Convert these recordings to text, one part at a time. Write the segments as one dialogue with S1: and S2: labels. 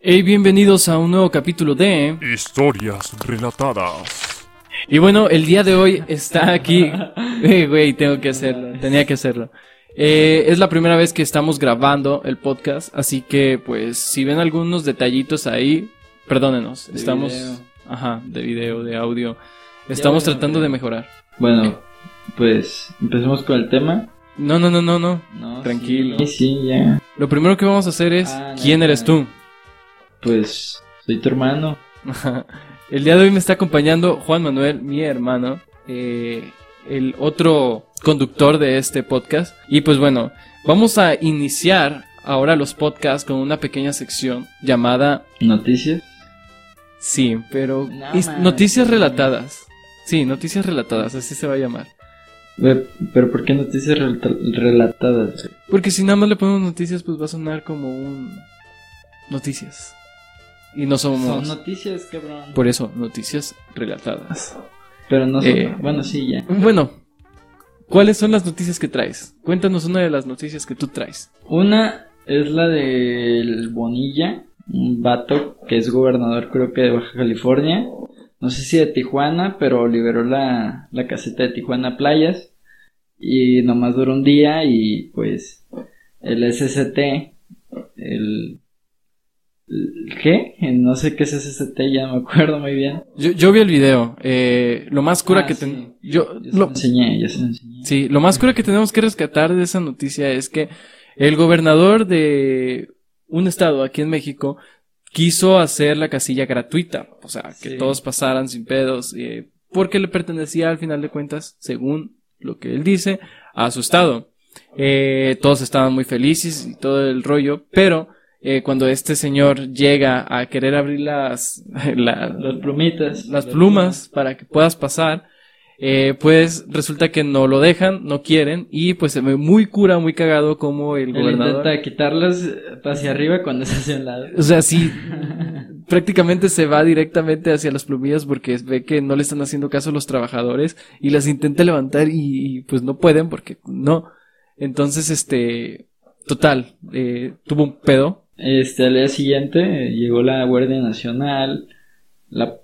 S1: Hey, bienvenidos a un nuevo capítulo de...
S2: Historias relatadas.
S1: Y bueno, el día de hoy está aquí... Eh, Güey, tengo que hacerlo, tenía que hacerlo. Eh, es la primera vez que estamos grabando el podcast, así que pues si ven algunos detallitos ahí, perdónenos,
S3: De
S1: estamos...
S3: video.
S1: Ajá, de video, de audio. Estamos
S3: Ya, bueno,
S1: tratando
S3: pero-
S1: de mejorar.
S3: Bueno, pues empecemos con el tema.
S1: No, no, no, no, no.
S3: No,
S1: Tranquilo.
S3: Sí, sí, ya.
S1: Lo primero que vamos a hacer es...
S3: Ah, no,
S1: ¿Quién
S3: no,
S1: eres
S3: no.
S1: tú?
S3: Pues soy tu hermano.
S1: El día de hoy me está acompañando Juan Manuel, mi hermano, eh, el otro conductor de este podcast. Y pues bueno, vamos a iniciar ahora los podcasts con una pequeña sección llamada,
S3: Noticias.
S1: sí, pero
S3: No
S1: es-
S3: mames.
S1: noticias relatadas. Sí, noticias relatadas, así se va a llamar.
S3: Ve, Eh, Pero ¿por qué noticias relata- relatadas?
S1: Porque si nada más le ponemos noticias, pues va a sonar como un... Noticias. Y no somos...
S3: Son noticias, cabrón.
S1: Por eso, noticias relatadas.
S3: Pero no son.
S1: Eh.
S3: Bueno, sí, ya.
S1: Bueno, ¿cuáles son las noticias que traes? Cuéntanos una de las noticias que tú traes.
S3: Una es la del Bonilla, un vato que es gobernador, creo que de Baja California. No sé si de Tijuana, pero liberó la, la caseta de Tijuana Playas. Y nomás duró un día y pues el SST, el, el ¿qué? No sé qué es SST, ya no me acuerdo muy bien.
S1: Yo, yo vi el video. eh, lo más cura
S3: Ah,
S1: que
S3: sí.
S1: ten- yo,
S3: Ya se lo
S1: lo,
S3: enseñé, ya se lo enseñé.
S1: sí, lo más cura que tenemos que rescatar de esa noticia es que el gobernador de un estado aquí en México quiso hacer la casilla gratuita, o sea, que
S3: Sí.
S1: todos pasaran sin pedos, eh, porque le pertenecía al final de cuentas, según lo que él dice, a su estado. Eh, todos estaban muy felices y todo el rollo, pero eh, cuando este señor llega a querer abrir las, la-
S3: Las plumitas.
S1: las plumas para que puedas pasar, eh, pues resulta que no lo dejan, no quieren, y pues se ve muy cura, muy cagado como el
S3: Él
S1: gobernador.
S3: intenta quitarlas hacia arriba cuando es hacia un lado.
S1: O sea, sí, prácticamente se va directamente hacia las plumillas porque ve que no le están haciendo caso a los trabajadores y las intenta levantar y, y, pues no pueden porque no. Entonces, este, total, eh, tuvo un pedo.
S3: Este, al día siguiente eh, llegó la Guardia Nacional, la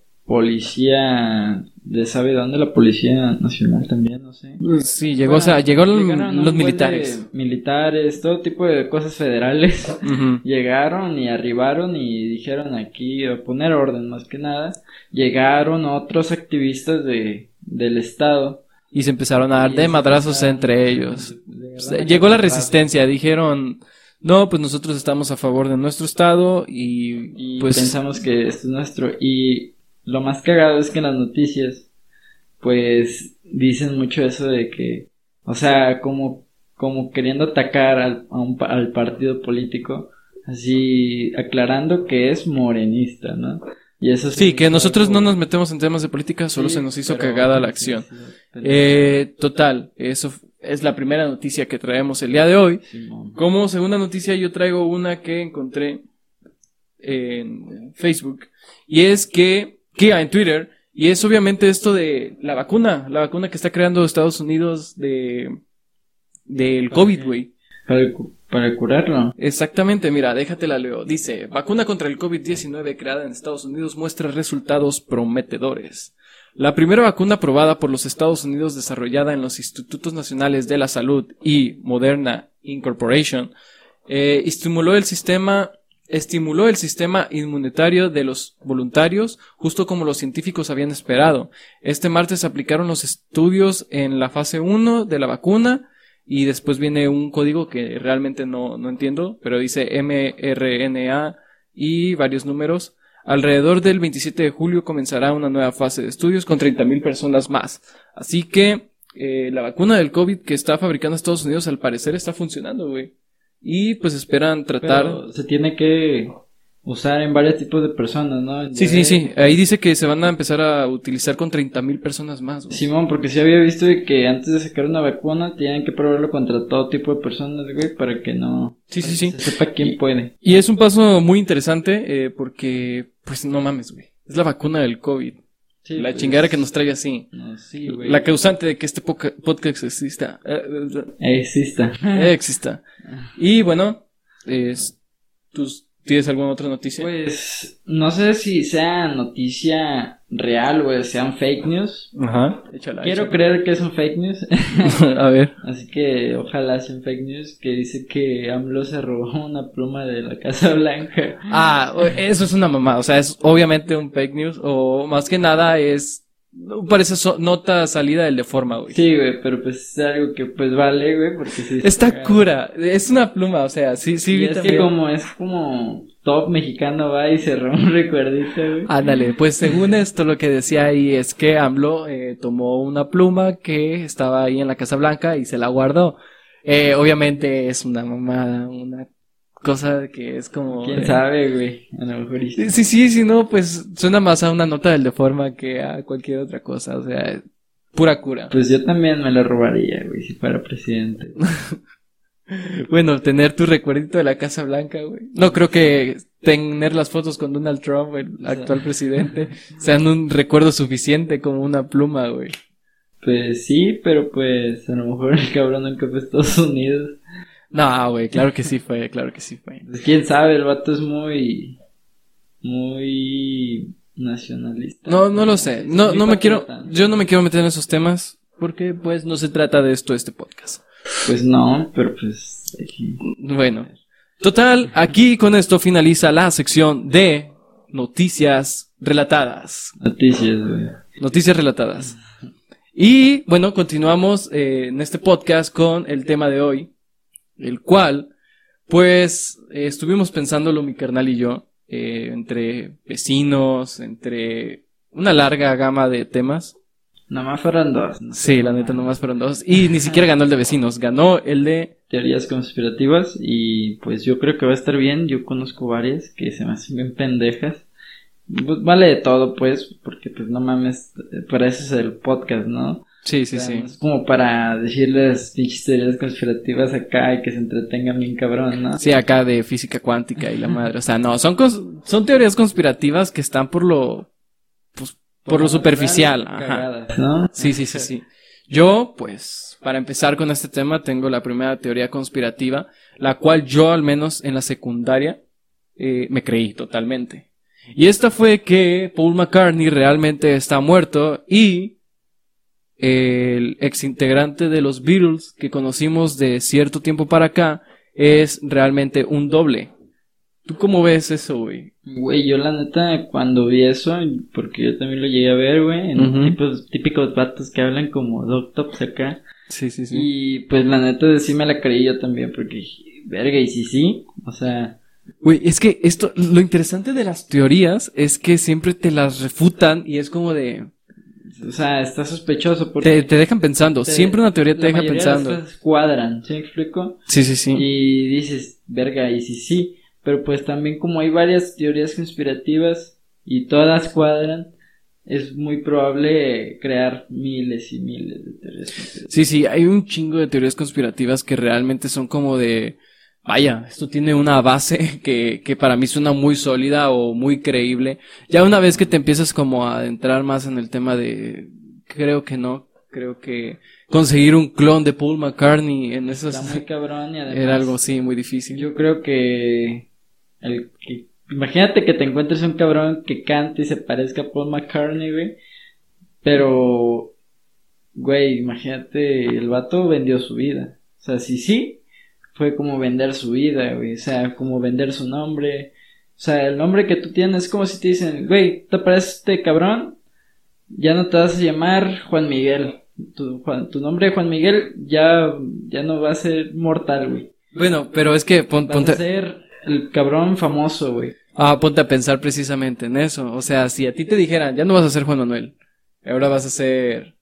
S3: policía de sabe dónde, la policía nacional también, no sé.
S1: Sí, llegó, o sea,
S3: Bueno,
S1: llegaron,
S3: llegaron
S1: los
S3: un buen de
S1: militares.
S3: Militares, todo tipo de cosas federales.
S1: Ujú.
S3: Llegaron y arribaron y dijeron aquí a poner orden más que nada. Llegaron otros activistas de, del estado.
S1: Y se empezaron a dar
S3: Y
S1: de
S3: se
S1: madrazos
S3: empezaron-
S1: entre ellos.
S3: se agarraron
S1: Pues, eh,
S3: a
S1: Llegó la
S3: madrazos.
S1: resistencia, dijeron, no, pues nosotros estamos a favor de nuestro estado y,
S3: Y
S1: pues
S3: pensamos que esto es nuestro. Y lo más cagado es que en las noticias, pues dicen mucho eso de que, o sea, como, como queriendo atacar al, a un pa- al partido político, así aclarando que es morenista, ¿no? Y eso
S1: sí, que nosotros no nos metemos en temas de política, solo se nos hizo cagada la acción. Eh, total, eso f- es la primera noticia que traemos el día de hoy. Como segunda noticia yo traigo una que encontré en Facebook y es que, que ah, en Twitter, y es obviamente esto de la vacuna, la vacuna que está creando Estados Unidos de del COVID,
S3: Ok.
S1: güey.
S3: para, cu- para curarlo.
S1: Exactamente, mira, déjatela leo. Dice, vacuna contra el COVID-19 creada en Estados Unidos muestra resultados prometedores. La primera vacuna aprobada por los Estados Unidos desarrollada en los Institutos Nacionales de la Salud y Moderna Incorporation eh, estimuló el sistema estimuló el sistema inmunitario de los voluntarios justo como los científicos habían esperado. Este martes aplicaron los estudios en la fase 1 de la vacuna y después viene un código que realmente no, no entiendo, pero dice mRNA y varios números. Alrededor del 27 de julio comenzará una nueva fase de estudios con 30.000 personas más. Así que eh, la vacuna del COVID que está fabricando Estados Unidos al parecer está funcionando, güey. Y pues esperan tratar...
S3: Pero se tiene que usar en varios tipos de personas, ¿no? En
S1: Sí, sí,
S3: bebés,
S1: sí. Ahí dice que se van a empezar a utilizar con 30.000 personas más. güey.
S3: Simón, porque sí había visto de que antes de sacar una vacuna tienen que probarlo contra todo tipo de personas, güey, para que no
S1: Sí, sí, sí.
S3: se sepa quién puede.
S1: Y es un paso muy interesante eh, porque, pues no mames, güey. Es la vacuna del COVID. la chingada que nos trae así.
S3: pues, No, sí, güey.
S1: La causante de que este poca- podcast exista. eh, eh,
S3: Exista.
S1: eh, exista. Y bueno, es tus ¿Tienes alguna otra noticia?
S3: Pues no sé si sea noticia real o sean fake news.
S1: Ajá. Échala.
S3: Quiero
S1: échala.
S3: creer que son fake news.
S1: A ver.
S3: Así que ojalá sean fake news que dice que AMLO se robó una pluma de la Casa Blanca.
S1: Ah, o- eso es una mamá. O sea, es obviamente un fake news. O más que nada es. no, Parece so- nota salida del de forma, güey.
S3: Sí, güey, pero pues es algo que pues vale, güey, porque sí.
S1: Está
S3: Ah.
S1: cura. Es una pluma, o sea, sí, sí.
S3: Y
S1: vi
S3: es que
S1: también.
S3: como es como top mexicano va y se roba un recuerdito, güey.
S1: Ándale, pues según esto lo que decía ahí es que AMLO eh, tomó una pluma que estaba ahí en la Casa Blanca y se la guardó. Eh, obviamente es una mamada, una cosa que es como...
S3: Quién
S1: eh,
S3: sabe, güey. A lo mejor y-
S1: Sí, sí, sí, no, pues suena más a una nota del de forma que a cualquier otra cosa, o sea, pura cura.
S3: Pues yo también me la robaría, güey, si fuera presidente.
S1: Bueno, tener tu recuerdito de la Casa Blanca, güey. No creo que tener las fotos con Donald Trump, el actual presidente, sean un recuerdo suficiente como una pluma, güey.
S3: Pues sí, pero pues a lo mejor el cabrón nunca fue a Estados Unidos.
S1: No, güey, claro que sí fue, claro que sí fue.
S3: Pues quién sabe, el vato es muy. muy. nacionalista.
S1: No, no lo sé. No,
S3: Muy
S1: no me quiero,
S3: patriota.
S1: yo no me quiero meter en esos temas porque pues no se trata de esto este podcast.
S3: Pues no, pero pues. aquí-
S1: Bueno, total, aquí con esto finaliza la sección de noticias relatadas.
S3: Noticias, güey.
S1: Noticias relatadas. Y bueno, continuamos eh, en este podcast con el tema de hoy, el cual, pues, eh, estuvimos pensándolo mi carnal y yo, eh, entre vecinos, entre una larga gama de temas.
S3: Nomás fueron dos. ¿no?
S1: Sí, la neta nomás fueron dos. Y ni siquiera ganó el de vecinos, ganó el de...
S3: Teorías conspirativas y pues yo creo que va a estar bien. Yo conozco varias que se me hacen bien pendejas. Pues, vale de todo, pues, porque pues no mames, para eso es el podcast, ¿no?
S1: Sí, sí,
S3: O sea,
S1: sí.
S3: no Es como para decirles pinches teorías conspirativas acá y que se entretengan bien cabrón, ¿no?
S1: Sí, acá de física cuántica y la madre. O sea, no, son, cons- son teorías conspirativas que están por lo... pues, por lo superficial. Ajá.
S3: Cagadas, ¿no?
S1: Sí, sí, sí, sí. Yo, pues, para empezar con este tema, tengo la primera teoría conspirativa, la cual yo, al menos en la secundaria, eh, me creí totalmente. Y esta fue que Paul McCartney realmente está muerto y el exintegrante de los Beatles que conocimos de cierto tiempo para acá es realmente un doble. ¿Tú cómo ves eso, güey?
S3: Güey, yo la neta, cuando vi eso, porque yo también lo llegué a ver, güey, en
S1: Ujú.
S3: tipos, típicos vatos que hablan como doctops acá.
S1: Sí, sí,
S3: Y pues la neta, sí me la creí yo también, porque dije, verga, y sí, sí, o sea,
S1: Güey, es que esto, lo interesante de las teorías es que siempre te las refutan y es como de,
S3: o sea, está sospechoso porque
S1: te, te dejan pensando,
S3: Te-
S1: siempre una teoría te
S3: la
S1: deja
S3: mayoría de las
S1: pensando.
S3: cosas cuadran, ¿sí me explico?
S1: Sí, sí, sí.
S3: Y dices, verga, y sí, sí. Pero pues también como hay varias teorías conspirativas y todas cuadran, es muy probable crear miles y miles de teorías conspirativas.
S1: Sí, sí, hay un chingo de teorías conspirativas que realmente son como de, vaya, esto tiene una base que, que para mí suena muy sólida o muy creíble. Ya una vez que te empiezas como a adentrar más en el tema de, creo que no, creo que conseguir un clon de Paul McCartney en esos...
S3: Está muy cabrón y además
S1: Era algo, sí, muy difícil.
S3: yo creo que, el que- imagínate que te encuentres un cabrón que cante y se parezca a Paul McCartney, güey. Pero, güey, imagínate, el vato vendió su vida. O sea, si sí, fue como vender su vida, güey. O sea, como vender su nombre. O sea, el nombre que tú tienes es como si te dicen, güey, ¿te parece este cabrón? Ya no te vas a llamar Juan Miguel. Tu, Juan- tu nombre Juan Miguel ya, ya no va a ser mortal, güey.
S1: Bueno, pero es que pon-
S3: Vas a
S1: ponte,
S3: ser el cabrón famoso, güey.
S1: ah, ponte a pensar precisamente en eso. O sea, si a ti te dijeran, ya no vas a ser Juan Manuel, ahora vas a ser...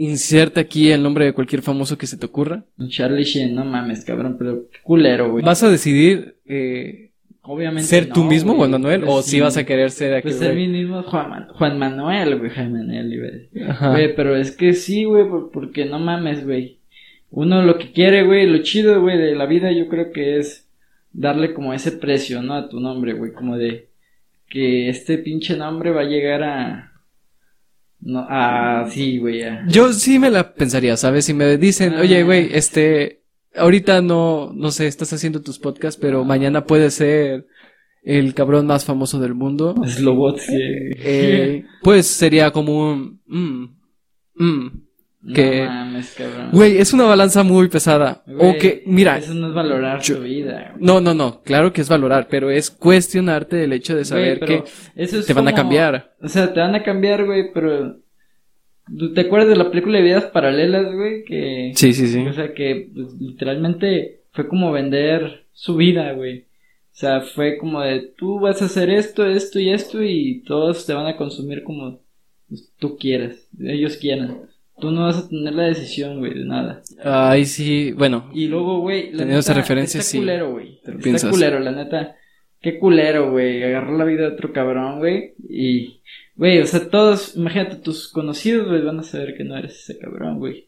S1: Inserta aquí el nombre de cualquier famoso que se te ocurra.
S3: Charlie Sheen, no mames, cabrón, pero qué culero, güey.
S1: ¿Vas a decidir eh,
S3: Obviamente
S1: ser
S3: no,
S1: tú mismo,
S3: güey.
S1: Juan Manuel?
S3: Pues
S1: ¿O si
S3: sí.
S1: vas a querer ser aquel
S3: Pues ser
S1: güey?
S3: mi mismo Juan, Man- Juan Manuel, güey, Juan Manuel, iba a decir.
S1: Ajá.
S3: Güey, pero es que sí, güey, por- porque no mames, güey. Uno lo que quiere, güey, lo chido, güey, de la vida yo creo que es darle como ese precio, ¿no? A tu nombre, güey, como de que este pinche nombre va a llegar a... No, a... sí, güey, a...
S1: Yo sí me la pensaría, ¿sabes? Si me dicen,
S3: Ah.
S1: oye, güey,
S3: Ah.
S1: este, ahorita no, no sé, estás haciendo tus podcasts, pero mañana puede ser el cabrón más famoso del mundo.
S3: Slobotsky.
S1: Eh, pues sería como un... mm, mm. que-
S3: No mames, cabrón.
S1: Güey, es una balanza muy pesada. o
S3: Güey,
S1: que, mira,
S3: Eso no es valorar
S1: yo-
S3: tu vida. güey.
S1: no, no, no, claro que es valorar, pero es cuestionarte el hecho de saber
S3: Güey, pero
S1: que
S3: eso es
S1: te van a
S3: como-
S1: cambiar.
S3: O sea, te van a cambiar, güey, pero... ¿Tú ¿Te acuerdas de la película de vidas paralelas, güey? Que...
S1: Sí, sí, sí.
S3: O sea, que pues, literalmente fue como vender su vida, güey. O sea, fue como de tú vas a hacer esto, esto y esto y todos te van a consumir como pues, tú quieras, ellos quieran. Tú no vas a tener la decisión, güey, de nada.
S1: Ay, sí, bueno.
S3: Y luego, güey, la
S1: Teniendo esa referencia,
S3: está
S1: sí,
S3: culero, güey.
S1: te lo
S3: Está
S1: piensas.
S3: culero, la neta. Qué culero, güey. Agarró la vida de otro cabrón, güey. Y, güey, o sea, todos, imagínate, tus conocidos, güey, van a saber que no eres ese cabrón, güey.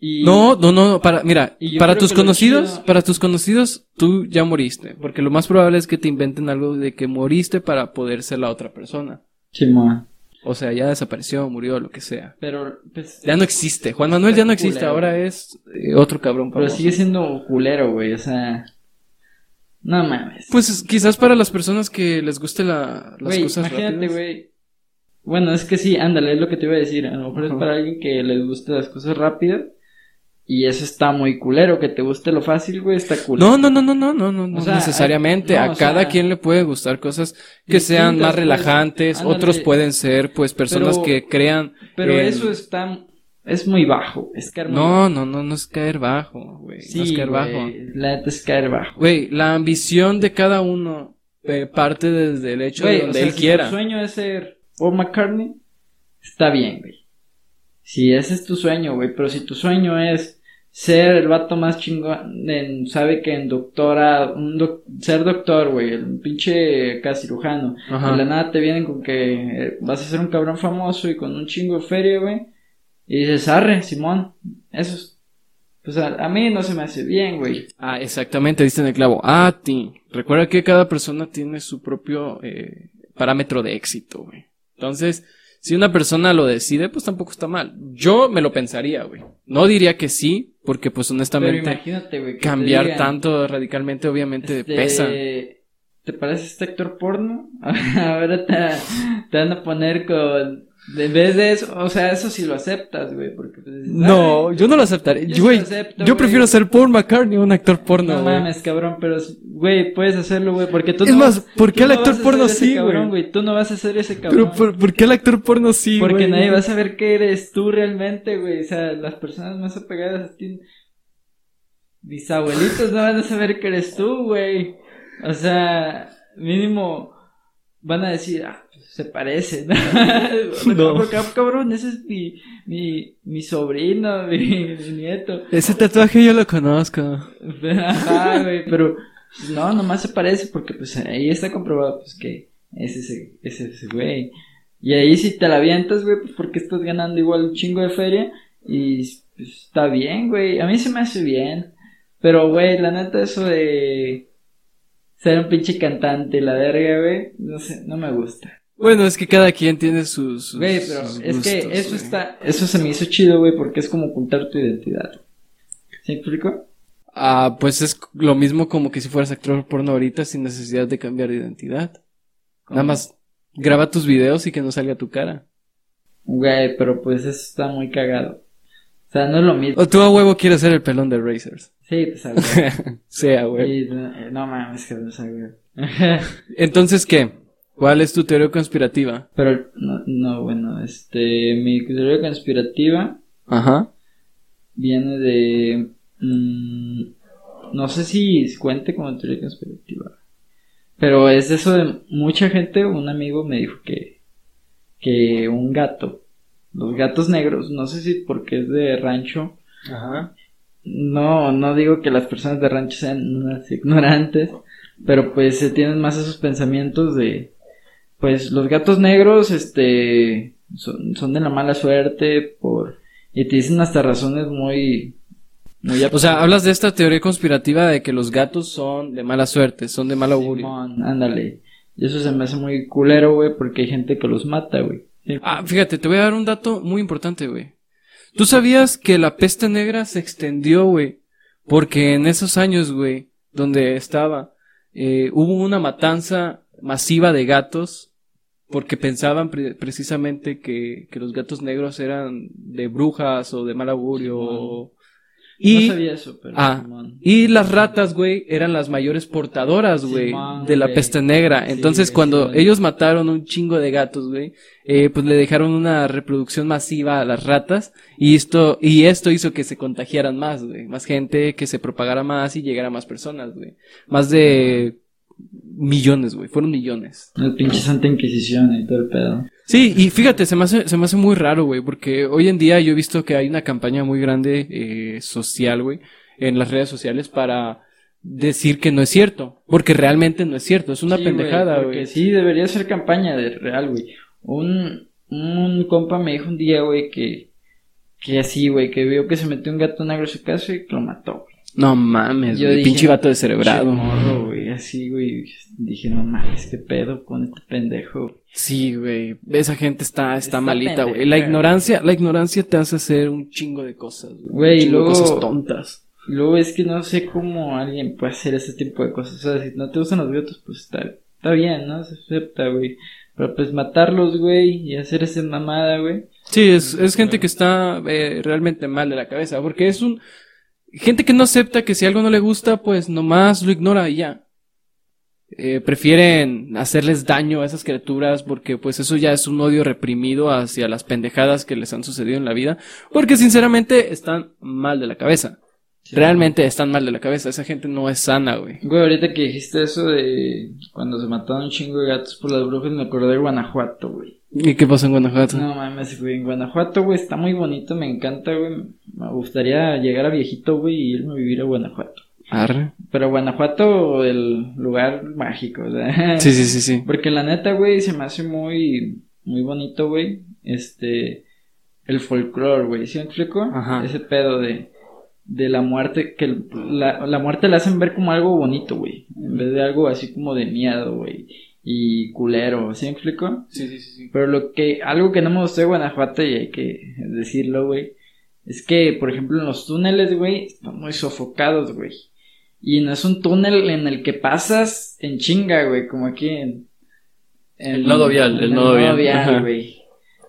S3: Y...
S1: No, no, no, no, para, mira,
S3: Y yo
S1: para
S3: creo
S1: tus
S3: que lo
S1: conocidos,
S3: chido-
S1: para tus conocidos, tú ya moriste, porque lo más probable es que te inventen algo de que moriste para poder ser la otra persona.
S3: Simón.
S1: O sea, ya desapareció, murió, lo que sea.
S3: Pero, pues,
S1: Ya no existe, Juan Manuel ya no existe, ahora es eh, otro cabrón.
S3: pero
S1: famoso.
S3: sigue siendo culero, güey, o sea, no mames.
S1: Pues es- quizás para las personas que les guste la, las
S3: Güey,
S1: cosas
S3: imagínate,
S1: rápidas.
S3: güey. Bueno, es que sí, ándale, es lo que te iba a decir, a lo mejor
S1: Ajá.
S3: es para alguien que le guste las cosas rápidas y eso está muy culero, que te guste lo fácil, güey, está culero.
S1: No, no, no, no, no, no, no, no
S3: sea,
S1: necesariamente.
S3: no,
S1: a
S3: o
S1: cada
S3: sea,
S1: quien le puede gustar cosas que sean
S3: distintas,
S1: más
S3: pues,
S1: relajantes.
S3: ándale.
S1: Otros pueden ser, pues, personas
S3: Pero-
S1: que crean.
S3: Pero
S1: el-
S3: eso está, es muy bajo, es caer muy bajo.
S1: eh, No, no, no, no es caer bajo, güey.
S3: Sí,
S1: no es caer
S3: güey,
S1: bajo.
S3: la neta es caer bajo.
S1: Güey, la ambición de cada uno eh, parte desde el hecho
S3: Güey,
S1: de
S3: o
S1: donde
S3: sea,
S1: él
S3: si
S1: quiera.
S3: tu sueño es ser Paul McCartney, está bien, güey. Si ese es tu sueño, güey, pero si tu sueño es ser el vato más chingón, en, sabe que en doctora, un doc- ser doctor, güey, el pinche acá cirujano,
S1: Ajá.
S3: de la nada te vienen con que eh, vas a ser un cabrón famoso y con un chingo de feria, güey, y dices, arre, Simón, eso es, pues a, a mí no se me hace bien, güey.
S1: Ah, exactamente, diste en el clavo. A ti. Recuerda que cada persona tiene su propio eh, parámetro de éxito, güey. Entonces, si una persona lo decide, pues tampoco está mal. Yo me lo pensaría, güey. No diría que sí, porque pues
S3: Pero
S1: honestamente
S3: imagínate, güey, que te
S1: cambiar
S3: digan,
S1: tanto radicalmente obviamente
S3: Este,
S1: pesa.
S3: ¿Te parece este actor porno? Ahora te, te van a poner con. En vez de eso, o sea, eso sí lo aceptas, güey, porque pues, dices,
S1: No,
S3: "Ay,
S1: yo no lo aceptaré.
S3: Yo sí
S1: Güey,
S3: lo acepto,
S1: yo
S3: güey.
S1: prefiero ser Paul McCartney un actor porno,
S3: no
S1: güey.
S3: mames, cabrón, pero güey, puedes hacerlo, güey, porque tú
S1: Es
S3: no
S1: más, ¿por
S3: tú
S1: qué al
S3: no
S1: actor
S3: vas a
S1: porno
S3: ser ese
S1: sí,
S3: cabrón,
S1: güey?
S3: güey? Tú no vas a ser ese cabrón.
S1: Pero ¿por, por qué el actor porno sí,
S3: porque
S1: güey?
S3: nadie va a saber qué eres tú realmente, güey. O sea, las personas más apegadas a ti. Mis abuelitos no van a saber que eres tú, güey. O sea, mínimo van a decir, ah, pues, se parecen.
S1: No.
S3: no. Porque, ah, cabrón, ese es mi, mi, mi sobrino, mi, mi nieto.
S1: Ese tatuaje yo lo conozco.
S3: Ajá, güey, pero pues, no, nomás se parece porque pues ahí está comprobado pues que es ese, es ese güey. Y ahí si te la avientas, güey, pues porque estás ganando igual un chingo de feria y pues, está bien, güey. A mí se me hace bien. Pero, güey, la neta eso de ser un pinche cantante, la verga, güey, no sé, no me gusta.
S1: Bueno, es que cada quien tiene sus. sus-
S3: Güey, pero
S1: sus
S3: es que
S1: gustos,
S3: eso
S1: güey.
S3: está, eso se me hizo chido, güey, porque es como ocultar tu identidad. ¿Se explico?
S1: Ah, pues es lo mismo como que si fueras actor porno ahorita sin necesidad de cambiar de identidad. Nada más graba tus videos y que no salga tu cara.
S3: Güey, pero pues eso está muy cagado. O sea, no es lo mismo.
S1: O tú a huevo quieres ser el pelón de Razors.
S3: Sí, pues, ah, güey.
S1: sea, güey.
S3: Y, eh, no mames, que no sé, güey.
S1: Entonces, ¿qué? ¿Cuál es tu teoría conspirativa?
S3: Pero, no, no, bueno, este, mi teoría conspirativa
S1: Ajá.
S3: viene de... mm, no sé si cuente como teoría conspirativa. Pero es eso de mucha gente, un amigo me dijo que, que un gato, los gatos negros, no sé si porque es de rancho,
S1: Ajá.
S3: No, no digo que las personas de rancho sean unas ignorantes, pero pues se tienen más esos pensamientos de, pues los gatos negros, este, son, son de la mala suerte por, y te dicen hasta razones muy, muy
S1: O sea, hablas de esta teoría conspirativa de que los gatos son de mala suerte, son de mal augurio.
S3: Simón, ándale. Y eso se me hace muy culero, güey, porque hay gente que los mata, güey.
S1: Ah, fíjate, te voy a dar un dato muy importante, güey. ¿Tú sabías que la peste negra se extendió, güey? Porque en esos años, güey, donde estaba, eh, hubo una matanza masiva de gatos porque pensaban pre- precisamente que, que los gatos negros eran de brujas o de mal augurio.
S3: Simón.
S1: Y,
S3: No sabía eso, pero.
S1: Ah,
S3: Simón.
S1: y las ratas, güey, eran las mayores portadoras, güey,
S3: Simón,
S1: de la
S3: güey.
S1: peste negra.
S3: Sí,
S1: Entonces,
S3: güey,
S1: cuando
S3: Simón.
S1: ellos mataron un chingo de gatos, güey, eh, pues le dejaron una reproducción masiva a las ratas y esto, y esto hizo que se contagiaran más, güey, más gente, que se propagara más y llegara a más personas, güey. Más de millones, güey, fueron millones.
S3: El pinche Santa Inquisición y todo el pedo.
S1: Sí, y fíjate, se me hace, se me hace muy raro, güey, porque hoy en día yo he visto que hay una campaña muy grande eh, social, güey, en las redes sociales para decir que no es cierto, porque realmente no es cierto, es una
S3: Sí,
S1: pendejada,
S3: Porque
S1: güey.
S3: sí, debería ser campaña de real, güey. Un, un compa me dijo un día, güey, que, que así, güey, que vio que se metió un gato negro a su casa y que lo mató, güey.
S1: No mames,
S3: Yo
S1: güey,
S3: dije,
S1: pinche vato de
S3: Che,
S1: cerebrado.
S3: morro, güey, así, güey. Dije, no mames, qué pedo con este pendejo.
S1: Sí, güey, esa gente está, está,
S3: Está
S1: malita, güey. La
S3: pendeja.
S1: ignorancia, la ignorancia te hace hacer un chingo de cosas, güey. un
S3: Güey, y
S1: chingo de
S3: luego-
S1: cosas tontas.
S3: Y Luego es que no sé cómo alguien puede hacer ese tipo de cosas. O sea, si no te gustan los gatos, pues está, está bien, ¿no? Se acepta, güey. Pero pues matarlos, güey, y hacer esa mamada, güey.
S1: Sí, es, es gente que está eh, realmente mal de la cabeza, porque es un... Gente que no acepta que si algo no le gusta, pues nomás lo ignora y ya. Eh, prefieren hacerles daño a esas criaturas porque pues eso ya es un odio reprimido hacia las pendejadas que les han sucedido en la vida, porque sinceramente están mal de la cabeza. Realmente están mal de la cabeza, esa gente no es sana, güey.
S3: Güey, ahorita que dijiste eso de cuando se mataron un chingo de gatos por las brujas, me acordé de Guanajuato, güey.
S1: ¿Y qué pasó en Guanajuato?
S3: No mames, güey, en Guanajuato, güey, está muy bonito, me encanta, güey. Me gustaría llegar a viejito, güey, y irme a vivir a Guanajuato.
S1: Arre.
S3: Pero Guanajuato, el lugar mágico, o sea.
S1: Sí, sí, sí, sí.
S3: Porque la neta, güey, se me hace muy, muy bonito, güey. Este, el folclore, güey, ¿sí me explico?
S1: Ajá.
S3: Ese pedo de, de la muerte, que el- la, la muerte la hacen ver como algo bonito, güey. En vez de algo así como de miedo, güey. Y culero, ¿sí me explico?
S1: Sí, sí, sí, sí.
S3: Pero lo que, algo que no me gustó de Guanajuato, y hay que decirlo, güey, es que, por ejemplo, en los túneles, güey, están muy sofocados, güey. Y no es un túnel en el que pasas en chinga, güey, como aquí en... en-
S1: El nodo vial, el
S3: en
S1: nodo vial, ajá.
S3: güey.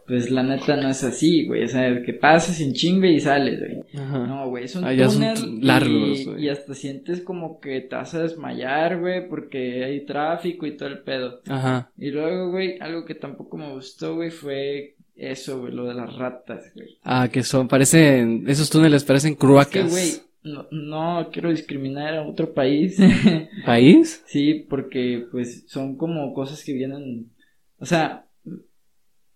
S3: Pues la neta no es así, güey, o sea, el que pasas en chinga y sales, güey.
S1: Ajá.
S3: No, güey, es un
S1: Allá Ah, son
S3: túnel
S1: tu-
S3: y-
S1: largos,
S3: y,
S1: güey.
S3: hasta sientes como que te vas a desmayar, güey, porque hay tráfico y todo el pedo.
S1: Ajá.
S3: Y luego, güey, algo que tampoco me gustó, güey, fue eso, güey, lo de las ratas, güey.
S1: Ah, que son, parecen, esos túneles parecen
S3: Es que,
S1: cruacas.
S3: güey, no, no quiero discriminar a otro país.
S1: ¿País?
S3: sí, porque, pues, son como cosas que vienen. O sea,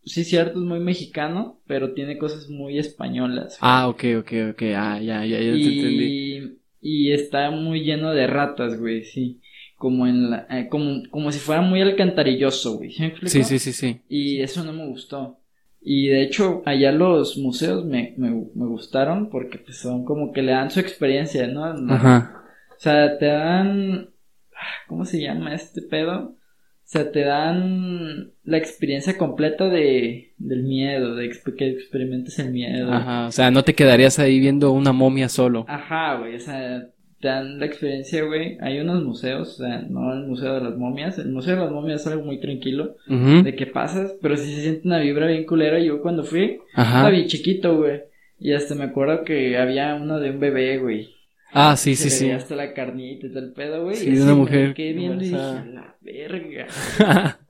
S3: sí, cierto, es muy mexicano, pero tiene cosas muy españolas.
S1: Ah, ok, ok, ok, ah, ya, ya, ya te entendí.
S3: y, y está muy lleno de ratas, güey, sí. Como en la. eh, como, como si fuera muy alcantarilloso, güey. ¿Sí, me explico?
S1: Sí, sí, sí, sí.
S3: Y eso no me gustó. Y de hecho, allá los museos me, me, me gustaron porque pues, son como que le dan su experiencia, ¿no?
S1: Ajá.
S3: O sea, te dan. ah, ¿Cómo se llama este pedo? O sea, te dan la experiencia completa de, del miedo, de exp- que experimentes el miedo.
S1: Ajá, o sea, no te quedarías ahí viendo una momia solo.
S3: Ajá, güey, o sea, te dan la experiencia, güey. Hay unos museos, o sea, no el Museo de las Momias. El Museo de las Momias es algo muy tranquilo,
S1: Ujú.
S3: de que pasas, pero sí se siente una vibra bien culera. Yo cuando fui,
S1: Ajá.
S3: Estaba bien chiquito, güey. Y hasta me acuerdo que había uno de un bebé, güey.
S1: Ah, sí,
S3: Se
S1: sí,
S3: le
S1: sí.
S3: veía Hasta la carnita y todo el pedo, güey.
S1: Sí,
S3: Y
S1: de
S3: así
S1: una
S3: me
S1: mujer
S3: quedé viendo y dije,
S1: embarazada.
S3: "A la verga.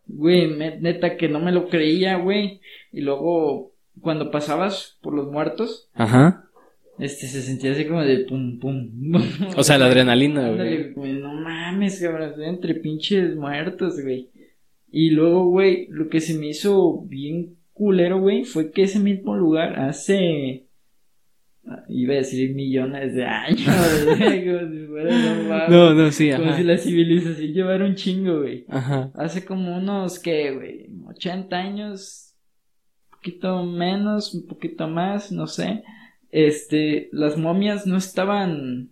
S3: Güey, me- neta que no me lo creía, güey. Y luego, cuando pasabas por los muertos,
S1: Ajá.
S3: este, se sentía así como de pum, pum. pum.
S1: O sea, la adrenalina, güey.
S3: Ándale, güey, no mames, cabrón, estoy entre pinches muertos, güey. Y luego, güey, lo que se me hizo bien culero, güey, fue que ese mismo lugar hace... ah, Iba a decir millones de años, güey, como si fuera, no mames,
S1: No, no, sí,
S3: Como
S1: ajá.
S3: si la civilización llevara un chingo, güey.
S1: Ajá.
S3: Hace como unos, ¿qué, güey? 80 años, un poquito menos, un poquito más, no sé. Este, las momias no estaban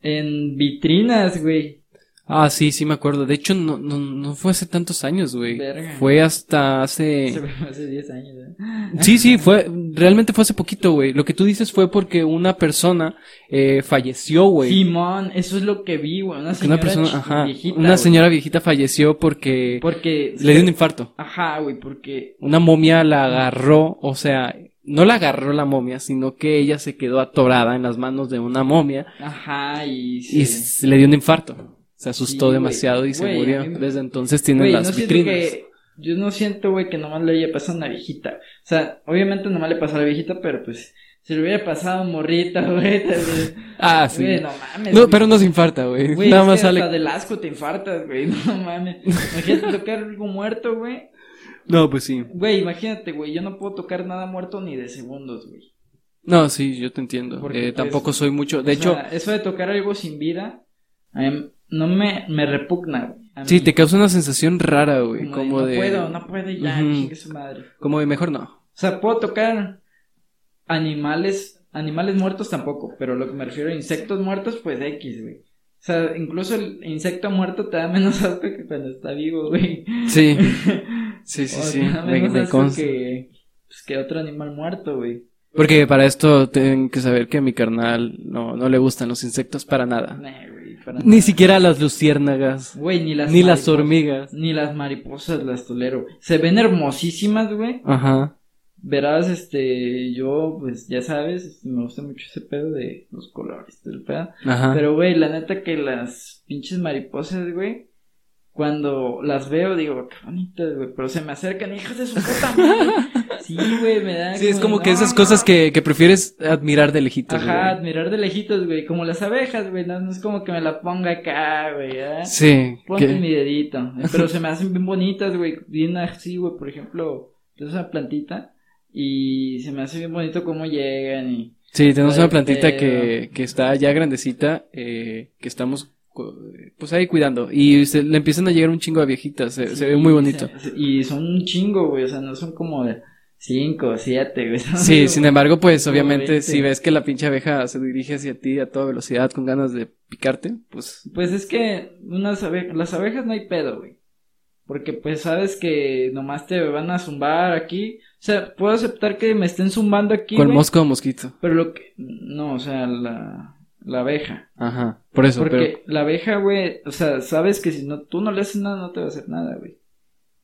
S3: en vitrinas, güey.
S1: Ah, sí, sí me acuerdo. De hecho, no, no, no fue hace tantos años, güey.
S3: Verga.
S1: Fue hasta hace...
S3: Se ve hace 10 años, ¿eh?
S1: Sí, sí, fue, realmente fue hace poquito, güey. Lo que tú dices fue porque una persona eh, falleció, güey.
S3: Simón, eso es lo que vi, güey. Una
S1: Que
S3: señora
S1: una persona,
S3: chi-
S1: ajá,
S3: viejita,
S1: una
S3: güey.
S1: señora viejita falleció porque
S3: Porque.
S1: le dio un infarto.
S3: Ajá, güey, porque.
S1: Una momia la agarró, o sea, no la agarró la momia, sino que ella se quedó atorada en las manos de una momia
S3: Ajá, y.
S1: y
S3: se-
S1: s- le dio un infarto. Se asustó
S3: Sí,
S1: demasiado
S3: güey.
S1: y se
S3: Güey,
S1: murió.
S3: a mí me-
S1: Desde entonces tiene
S3: Güey,
S1: las
S3: no siento
S1: vitrinas.
S3: que- Yo no siento, güey, que nomás le haya pasado a una viejita. O sea, obviamente nomás le pasó a la viejita, pero pues. Si le hubiera pasado a morrita, güey, tal vez.
S1: Ah, sí.
S3: Güey, no mames.
S1: No,
S3: güey.
S1: pero no se infarta, güey.
S3: Güey,
S1: Nada
S3: es
S1: más
S3: que
S1: sale.
S3: Hasta del asco te infartas, güey. No mames. Imagínate tocar algo muerto, güey.
S1: No, pues sí.
S3: Güey, imagínate, güey. Yo no puedo tocar nada muerto ni de segundos, güey.
S1: No, sí, yo te entiendo.
S3: Porque,
S1: Eh,
S3: pues,
S1: tampoco soy mucho. De
S3: O
S1: hecho,
S3: sea, eso de tocar algo sin vida, a mí no me, me repugna, güey. A
S1: sí,
S3: mí.
S1: te causa una sensación rara, güey.
S3: de,
S1: Como
S3: no
S1: de.
S3: puedo, no puedo y ya,
S1: Ujú.
S3: chingue su madre.
S1: Como de mejor no.
S3: O sea, puedo tocar animales, animales muertos tampoco, pero lo que me refiero a insectos muertos, pues X, güey. O sea, incluso el insecto muerto te da menos asco que cuando está vivo, güey.
S1: Sí, sí, sí,
S3: O
S1: sí.
S3: te da
S1: me-
S3: menos
S1: me
S3: asco
S1: consta.
S3: que, pues, que otro animal muerto, güey.
S1: Porque para esto tienen que saber que a mi carnal no, no le gustan los insectos para nada.
S3: Nah, güey, para
S1: Ni
S3: nada.
S1: siquiera las luciérnagas,
S3: Güey, ni las
S1: ni las
S3: mariposas-
S1: hormigas.
S3: Ni las mariposas las tolero. Se ven hermosísimas, güey.
S1: Ajá.
S3: Verás, este, yo, pues ya sabes, este, me gusta mucho ese pedo de los colores, del pedo.
S1: Ajá.
S3: Pero, güey, la neta que las pinches mariposas, güey, cuando las veo, digo, qué bonitas, güey, pero se me acercan, hijas de su puta madre. Sí, güey, me da.
S1: sí, es como que
S3: "No,
S1: esas
S3: no".
S1: cosas que, que prefieres admirar de lejitos.
S3: Ajá,
S1: güey.
S3: admirar de lejitos, güey, como las abejas, güey, no, no es como que me la ponga acá, güey, ¿eh?
S1: Sí.
S3: Ponte
S1: que-
S3: mi dedito. eh, Pero se me hacen bien bonitas, güey. Bien así, güey. Por ejemplo, es una plantita. Y se me hace bien bonito cómo llegan. Y...
S1: Sí, tenemos
S3: Ay,
S1: una plantita
S3: pero-
S1: que, que está ya grandecita, eh, que estamos cu- pues ahí cuidando. Y se- le empiezan a llegar un chingo de viejitas, se, se ve muy
S3: Sí,
S1: bonito.
S3: se- y son un chingo, güey. O sea, no son como de cinco, siete, güey. son
S1: Sí,
S3: como-
S1: sin embargo, pues
S3: como
S1: obviamente
S3: 20.
S1: si ves que la pinche abeja se dirige hacia ti a toda velocidad con ganas de picarte, pues
S3: Pues es que unas abe- las abejas no hay pedo, güey. Porque pues sabes que nomás te van a zumbar aquí. O sea, puedo aceptar que me estén zumbando aquí,
S1: con
S3: güey,
S1: mosca o mosquito.
S3: Pero lo que... No, o sea, la, la abeja.
S1: Ajá, por eso,
S3: Porque
S1: pero...
S3: la abeja, güey, o sea, sabes que si no, tú no le haces nada, no te va a hacer nada, güey.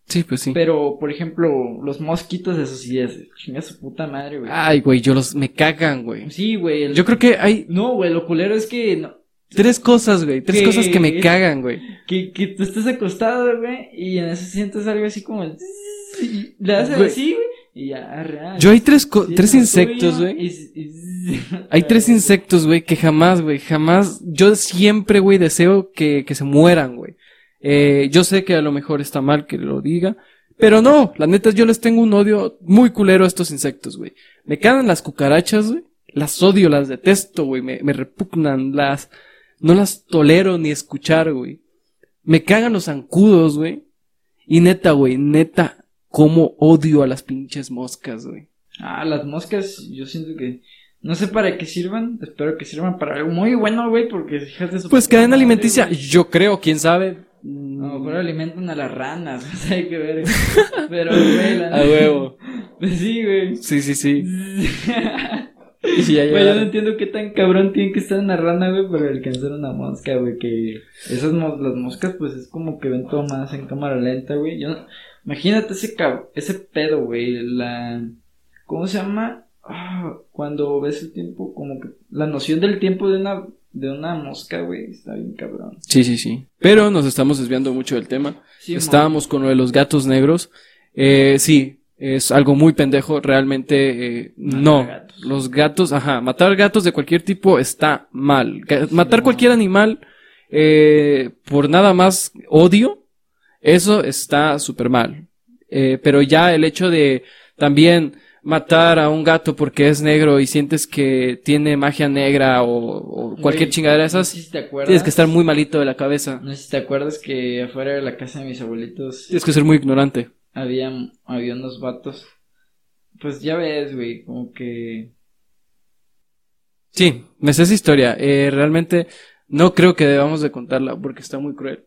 S1: Sí, pues sí.
S3: Pero, por ejemplo, los mosquitos, eso sí es, chinga su puta madre, güey.
S1: Ay, güey, yo los... me cagan, güey.
S3: Sí, güey. el-
S1: Ah, Yo creo que hay
S3: No, güey, lo culero es que, no-
S1: tres cosas, güey, tres
S3: ¿Qué?
S1: cosas que me cagan, güey.
S3: que, que tú estás acostado, güey, y en eso sientes algo así como... el zzzz, y Le haces
S1: Güey.
S3: así, güey, y ya, arre,
S1: Yo hay tres, co-
S3: sientes
S1: tres
S3: lo
S1: insectos,
S3: tuyo,
S1: güey.
S3: y s- y zzzz.
S1: Hay tres insectos, güey, que jamás, güey, jamás. Yo siempre, güey, deseo que, que se mueran, güey. Eh, yo sé que a lo mejor está mal que lo diga, pero no, la neta, yo les tengo un odio muy culero a estos insectos, güey. Me cagan las cucarachas, güey. Las odio, las detesto, güey. Me, me repugnan, las. No las tolero ni escuchar, güey. Me cagan los zancudos, güey. Y neta, güey, neta, cómo odio a las pinches moscas, güey.
S3: Ah, las moscas, yo siento que... No sé para qué sirvan, espero que sirvan para algo muy bueno, güey, porque fíjate su
S1: Pues
S3: puta
S1: cadena
S3: madre,
S1: alimenticia,
S3: güey.
S1: yo creo, quién sabe. Mm,
S3: A lo
S1: No,
S3: mejor alimentan a las ranas, o sea, hay que ver. Pero, güey, la
S1: A huevo.
S3: Pues sí, güey.
S1: Sí, sí, sí.
S3: Güey,
S1: Y si ya
S3: Pues yo no
S1: llegaron.
S3: entiendo qué tan cabrón tiene que estar una rana, güey, para alcanzar una mosca, güey. Que esas mos- las moscas, pues es como que ven todo más en cámara lenta, güey. Yo no- Imagínate ese, cab- ese pedo, güey. La... ¿Cómo se llama? Ah, cuando ves el tiempo, como que la noción del tiempo de una, de una mosca, güey, está bien cabrón.
S1: Sí, sí, sí. Pero nos estamos desviando mucho del tema.
S3: Sí,
S1: Estábamos con lo de los gatos negros. Eh, sí, es algo muy pendejo. Realmente, eh,
S3: Matar
S1: no.
S3: gatos.
S1: Los gatos, ajá. Matar gatos de cualquier tipo está mal. Ga-
S3: Sí,
S1: Matar
S3: no.
S1: cualquier animal eh, por nada más odio, eso está súper mal. Eh, pero ya el hecho de también matar a un gato porque es negro y sientes que tiene magia negra o, o cualquier
S3: Güey,
S1: chingadera de
S3: no
S1: esas,
S3: sé si te acuerdas.
S1: tienes que estar muy malito de la cabeza.
S3: No sé si te acuerdas que afuera de la casa de mis abuelitos
S1: Tienes que ser muy ignorante.
S3: había, había unos vatos. Pues ya ves, güey, como que...
S1: Sí, me sé esa historia. Eh, realmente No creo que debamos de contarla porque está muy cruel.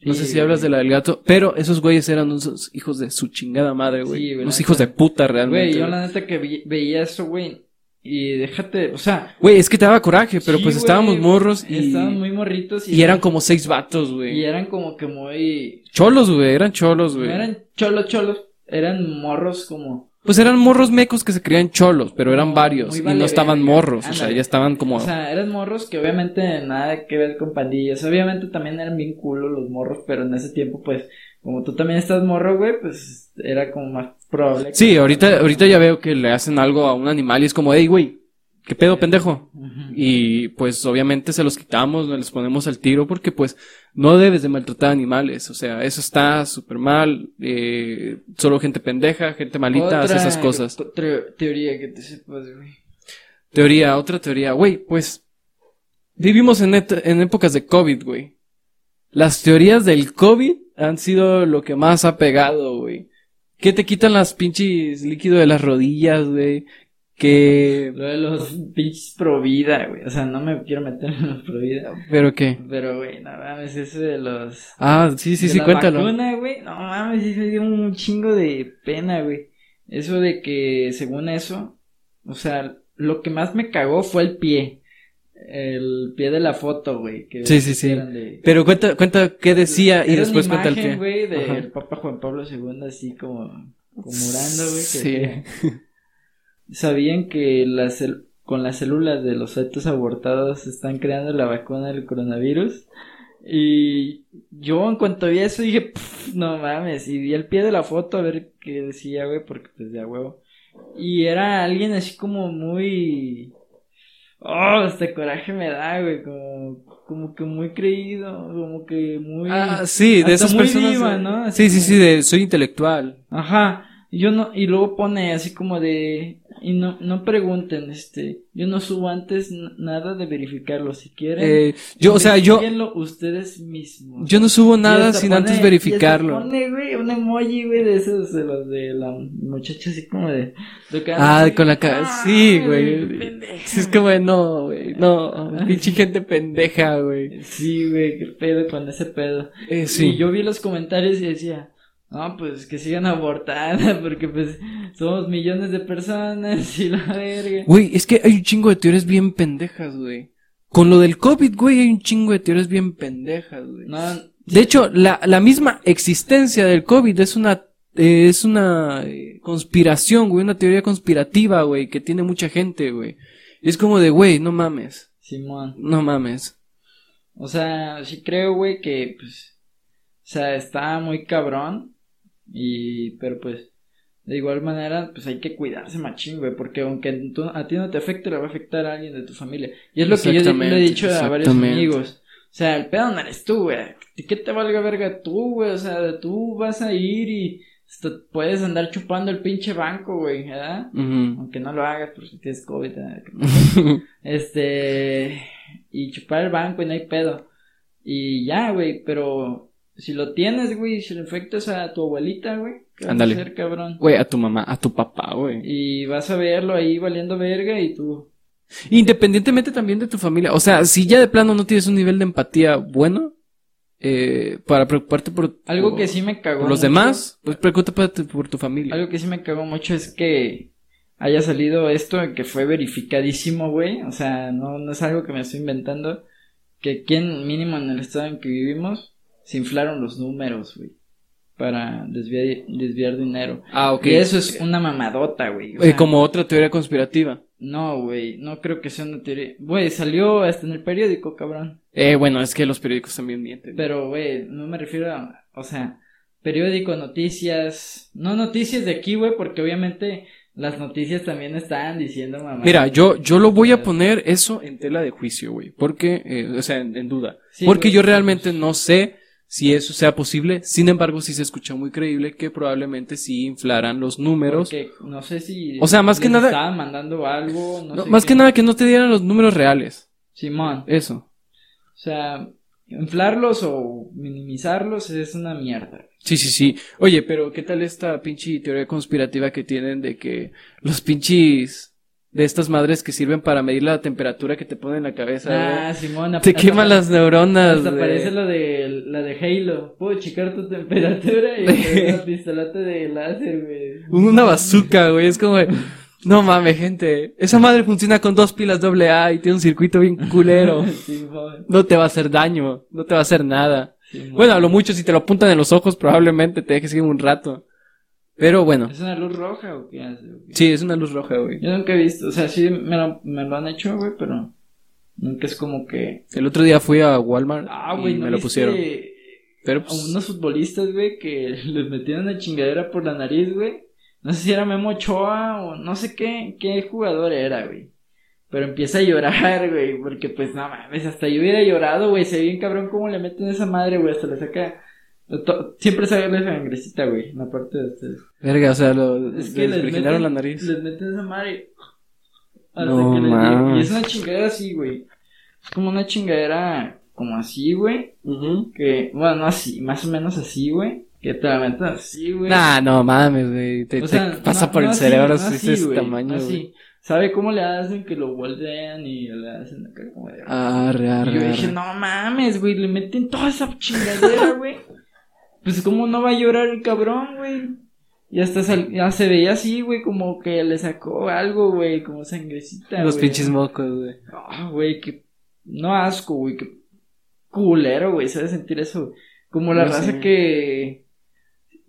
S1: No sé si hablas de la del gato, pero esos güeyes eran unos hijos de su chingada madre,
S3: Sí,
S1: güey.
S3: ¿verdad?
S1: unos hijos de puta realmente.
S3: Güey, yo
S1: güey.
S3: la neta que vi- veía eso, güey. Y déjate, o sea.
S1: Güey, es que te daba coraje, pero
S3: sí,
S1: pues
S3: güey,
S1: estábamos morros y,
S3: Estaban muy morritos y,
S1: y eran como seis vatos, güey.
S3: y eran como que muy.
S1: Cholos, güey, eran cholos,
S3: No
S1: güey.
S3: eran cholos, cholos. Eran morros como.
S1: Pues eran morros mecos que se creían cholos, pero eran
S3: Muy
S1: varios y
S3: vale
S1: no estaban
S3: verga.
S1: morros, o sea,
S3: Ándale.
S1: ya estaban como...
S3: O sea, eran morros que obviamente nada que ver con pandillas. Obviamente también eran bien culos los morros, pero en ese tiempo, pues. Como tú también estás morro, güey, pues era como más probable. que-
S1: sí, ahorita, ahorita ya veo que le hacen algo a un animal y es como, hey, güey, ¿qué pedo, pendejo?
S3: Ujú.
S1: Y pues obviamente se los quitamos, nos les ponemos al tiro porque pues no debes de maltratar animales, o sea, eso está súper mal, eh, solo gente pendeja, gente malita hace
S3: Otra
S1: esas cosas.
S3: tre- teoría que te sepas, güey.
S1: Teoría, otra teoría. Güey, pues. Vivimos en, et- en épocas de COVID, güey. Las teorías del COVID han sido lo que más ha pegado, güey. Que te quitan las pinches líquido de las rodillas, güey. Que.
S3: Lo de los pinches pro vida, güey. O sea, no me quiero meter en los pro vida.
S1: ¿Pero qué?
S3: Pero, güey, no mames, eso de los.
S1: Ah, sí, sí,
S3: de
S1: sí,
S3: la
S1: cuéntalo.
S3: vacuna, güey. No mames, eso dio un chingo de pena, güey. Eso de que, según eso, o sea, lo que más me cagó fue el pie. El pie de la foto, güey. que
S1: Sí, sí, sí.
S3: pusieron de-
S1: Pero cuenta, cuenta qué decía y
S3: Era
S1: después
S3: una
S1: cuenta el
S3: imagen,
S1: qué.
S3: güey,
S1: Ajá.
S3: del Papa Juan Pablo II, así como, como orando, güey. que-
S1: Sí.
S3: ¿Sabían que las cel- con las células de los fetos abortados están creando la vacuna del coronavirus? Y yo en cuanto vi eso dije, "Pff, no mames, y di el pie de la foto a ver qué decía, güey, porque pues ya huevo. Y era alguien así como muy... Oh, este coraje me da, güey, como, como que muy creído, como que muy...
S1: Ah, sí, de
S3: Hasta
S1: esas
S3: muy
S1: personas.
S3: diva,
S1: eh,
S3: ¿no?
S1: Sí,
S3: Así
S1: sí,
S3: como-
S1: sí, de soy intelectual.
S3: Ajá, y yo no, y luego pone así como de, y no, no pregunten, este, yo no subo antes n- nada de verificarlo, si quieren,
S1: Eh, yo, o sea, yo,
S3: verifíquenlo ustedes mismos.
S1: yo no subo
S3: Y
S1: nada
S3: hasta
S1: sin
S3: pone-
S1: antes
S3: y
S1: verificarlo.
S3: hasta pone, güey, un emoji, güey, de esos, de los de la muchacha así como de, de que-
S1: Ah, con la cara.
S3: Ah,
S1: Sí, güey.
S3: pendeja,
S1: Sí, es como de no, güey. No, pinche gente pendeja, güey.
S3: güey. Sí, güey, qué pedo con ese pedo.
S1: Eh, sí.
S3: Y yo vi los comentarios y decía, no, pues que sigan abortadas, porque pues somos millones de personas y la verga.
S1: Güey, es que hay un chingo de teorías bien pendejas, güey. Con lo del COVID, güey, hay un chingo de teorías bien pendejas, güey.
S3: No,
S1: De hecho, la, la misma existencia del COVID es una, eh, es una eh, conspiración, güey, una teoría conspirativa, güey, que tiene mucha gente, güey. Y es como de, güey, no mames,
S3: Simón.
S1: no mames.
S3: O sea, sí creo, güey, que pues. O sea, está muy cabrón. Y. Pero pues. De igual manera, pues hay que cuidarse machín, güey. Porque aunque tú- a ti no te afecte, le va a afectar a alguien de tu familia. Y es lo que yo di- le he
S1: Exactamente,
S3: dicho a varios
S1: exactamente.
S3: amigos. O sea, el pedo no eres tú, güey. ¿Qué te valga verga tú, güey? O sea, tú vas a ir y. hasta puedes andar chupando el pinche banco, güey, ¿verdad?
S1: Ujú.
S3: Aunque no lo hagas porque tienes COVID. eh, ¿verdad? Este. Y chupar el banco y no hay pedo. Y ya, güey, pero si lo tienes, güey, si lo infectas a tu abuelita, güey, ¿qué vas a
S1: Ándale.
S3: hacer, cabrón?
S1: Güey, a tu mamá, a tu papá, güey.
S3: Y vas a verlo ahí valiendo verga y tú.
S1: Independientemente también de tu familia. O sea, si ya de plano no tienes un nivel de empatía bueno eh, para preocuparte por,
S3: Algo
S1: por-
S3: que sí me cagó.
S1: por los
S3: mucho-
S1: demás, pues preocúpate por tu familia.
S3: Algo que sí me cagó mucho es que haya salido esto que fue verificadísimo, güey. O sea, no, no es algo que me estoy inventando. Que aquí en mínimo en el estado en que vivimos se inflaron los números, güey. Para desviar, desviar dinero.
S1: Ah, ok.
S3: Que eso es una mamadota, güey. o
S1: Eh,
S3: sea,
S1: como otra teoría conspirativa.
S3: No, güey, no creo que sea una teoría. Güey, salió hasta en el periódico, cabrón.
S1: Eh, bueno, es que los periódicos también mienten.
S3: Pero, güey, no me refiero a. O sea, periódico, noticias. No noticias de aquí, güey, porque obviamente las noticias también estaban diciendo mamá.
S1: Mira, yo, yo lo voy a poner eso en tela de juicio, güey. Porque, eh, o sea, en, en duda.
S3: Sí,
S1: porque
S3: güey.
S1: yo realmente no sé si eso sea posible. Sin embargo, sí se escucha muy creíble que probablemente sí inflaran los números.
S3: Porque no sé si.
S1: O sea, más que
S3: les
S1: nada-
S3: Estaban mandando algo, no,
S1: No,
S3: sé
S1: más
S3: qué.
S1: que nada que no te dieran los números reales.
S3: Simón.
S1: Eso.
S3: O sea, inflarlos o minimizarlos es una mierda.
S1: Sí, sí, sí. Oye, pero ¿qué tal esta pinche teoría conspirativa que tienen de que los pinches de estas madres que sirven para medir la temperatura que te pone en la cabeza.
S3: Ah,
S1: güey.
S3: Simón.
S1: te queman las neuronas.
S3: Hasta
S1: güey.
S3: parece lo de, la de Halo. Puedo checar tu temperatura y te una pistolata de láser, güey.
S1: Una bazooka, güey. Es como, de, no mames, gente. Esa madre funciona con dos pilas doble A y tiene un circuito bien culero.
S3: Simón,
S1: No te va a hacer daño, no te va a hacer nada.
S3: Simón.
S1: Bueno, a lo mucho, si te lo apuntan en los ojos, probablemente te dejes ir un rato. Pero bueno,
S3: ¿Es una luz roja o qué hace? o qué?
S1: sí, es una luz roja, güey.
S3: Yo nunca he visto, o sea, sí me lo, me lo han hecho, güey, pero nunca es como que...
S1: El otro día fui a Walmart
S3: Ah,
S1: y
S3: güey, ¿no
S1: me lo
S3: viste
S1: pusieron. Pero
S3: A
S1: pues,
S3: unos futbolistas, güey, que les metieron una chingadera por la nariz, güey. No sé si era Memo Ochoa o no sé qué, qué jugador era, güey. Pero empieza a llorar, güey, porque pues no mames, hasta yo hubiera llorado, güey. Se ve bien cabrón cómo le meten esa madre, güey, hasta le saca... to- Siempre sale la sangrecita, güey, en la parte de ustedes.
S1: verga, o sea, lo,
S3: Es que
S1: les
S3: les
S1: perginaron
S3: meten,
S1: la nariz.
S3: Les meten esa madre. Hasta
S1: No
S3: que les llegue.
S1: mames.
S3: Y es una chingadera así, güey. Es como una chingadera como así, güey.
S1: Ujú.
S3: Que, bueno, no así, más o menos así, güey. Que te la meten así, güey.
S1: Nah, no mames, güey. Te, te pasa
S3: no-
S1: por
S3: no
S1: el
S3: así,
S1: cerebro
S3: no
S1: si es
S3: así,
S1: ese
S3: güey,
S1: tamaño,
S3: no así.
S1: güey.
S3: ¿Sabe cómo le hacen que lo voltean y le hacen acá como de...
S1: Arre,
S3: Y yo
S1: arre,
S3: dije,
S1: arre.
S3: no mames, güey, le meten toda esa chingadera, güey. Pues cómo no va a llorar el cabrón, güey. Y hasta sal- ya se veía así, güey, como que le sacó algo, güey, como sangrecita.
S1: Los
S3: güey.
S1: pinches mocos, güey.
S3: Ah, güey, que... No asco, güey, que culero, güey, se ha de sentir eso. Como la
S1: No sé.
S3: raza que...